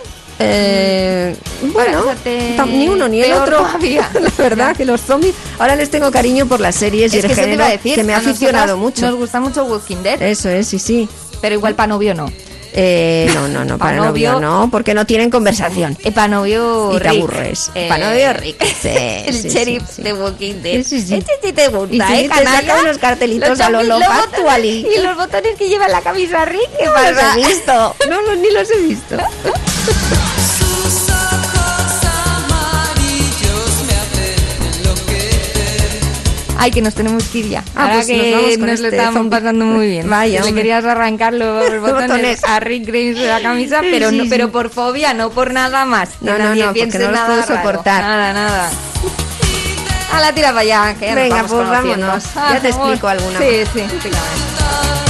[SPEAKER 2] Eh, bueno,
[SPEAKER 3] O sea, te-
[SPEAKER 2] tam- ni uno ni el
[SPEAKER 3] peor
[SPEAKER 2] otro.
[SPEAKER 3] todavía.
[SPEAKER 2] <laughs> La verdad que los zombies. Ahora les tengo cariño por las series y
[SPEAKER 3] es
[SPEAKER 2] el
[SPEAKER 3] que eso te
[SPEAKER 2] género
[SPEAKER 3] iba a decir.
[SPEAKER 2] que me ha
[SPEAKER 3] a nosotras
[SPEAKER 2] aficionado mucho. Eh.
[SPEAKER 3] Nos gusta mucho Walking Dead,
[SPEAKER 2] Eso es, sí, sí.
[SPEAKER 3] pero igual para novio no.
[SPEAKER 2] Eh, no, no,
[SPEAKER 3] <laughs>
[SPEAKER 2] no,
[SPEAKER 3] Pa'
[SPEAKER 2] para novio,
[SPEAKER 3] novio.
[SPEAKER 2] no, porque no tienen conversación.
[SPEAKER 3] Eh, para novio
[SPEAKER 2] Y te
[SPEAKER 3] Rick.
[SPEAKER 2] aburres.
[SPEAKER 3] Eh,
[SPEAKER 2] Pa' novio Rick. Sí,
[SPEAKER 3] <laughs> el
[SPEAKER 2] sí,
[SPEAKER 3] sheriff de Walking
[SPEAKER 2] Sí,
[SPEAKER 3] Dead.
[SPEAKER 2] sí, sí.
[SPEAKER 3] Este sí te gusta,
[SPEAKER 2] Y sí,
[SPEAKER 3] ¿eh,
[SPEAKER 2] te
[SPEAKER 3] canalla?
[SPEAKER 2] saca unos cartelitos a lo
[SPEAKER 3] zombies,
[SPEAKER 2] Lopa
[SPEAKER 3] botones-
[SPEAKER 2] actualito.
[SPEAKER 3] Y los botones que lleva la camisa Rick, ¿qué
[SPEAKER 2] No los
[SPEAKER 3] pasa?
[SPEAKER 2] he visto. <laughs> No, no, ni los he visto.
[SPEAKER 18] Sus ojos amarillos me hacen enloquecer.
[SPEAKER 3] Ay, que nos tenemos que ir ya.
[SPEAKER 2] Ah,
[SPEAKER 3] Ahora
[SPEAKER 2] pues nos
[SPEAKER 3] que
[SPEAKER 2] vamos con
[SPEAKER 3] nos, lo
[SPEAKER 2] este
[SPEAKER 3] estábamos
[SPEAKER 2] zombie.
[SPEAKER 3] pasando muy
[SPEAKER 2] <laughs>
[SPEAKER 3] bien.
[SPEAKER 2] Vaya,
[SPEAKER 3] Le
[SPEAKER 2] hombre.
[SPEAKER 3] querías
[SPEAKER 2] <laughs>
[SPEAKER 3] arrancar los botones,
[SPEAKER 2] Botones.
[SPEAKER 3] a Rick Grimes de la camisa,
[SPEAKER 2] <laughs>
[SPEAKER 3] pero,
[SPEAKER 2] Sí,
[SPEAKER 3] no,
[SPEAKER 2] sí.
[SPEAKER 3] pero por fobia, no por nada más. Que
[SPEAKER 2] No, no,
[SPEAKER 3] nadie
[SPEAKER 2] no, porque
[SPEAKER 3] piense
[SPEAKER 2] no los
[SPEAKER 3] nada
[SPEAKER 2] puedo
[SPEAKER 3] raro.
[SPEAKER 2] soportar. <laughs>
[SPEAKER 3] Nada, nada. A la tira para allá, que ya nos
[SPEAKER 2] Venga,
[SPEAKER 3] vamos
[SPEAKER 2] pues
[SPEAKER 3] conociendo.
[SPEAKER 2] vámonos. Ya te
[SPEAKER 3] Ah,
[SPEAKER 2] explico
[SPEAKER 3] vamos.
[SPEAKER 2] alguna
[SPEAKER 3] Sí, sí, venga, va.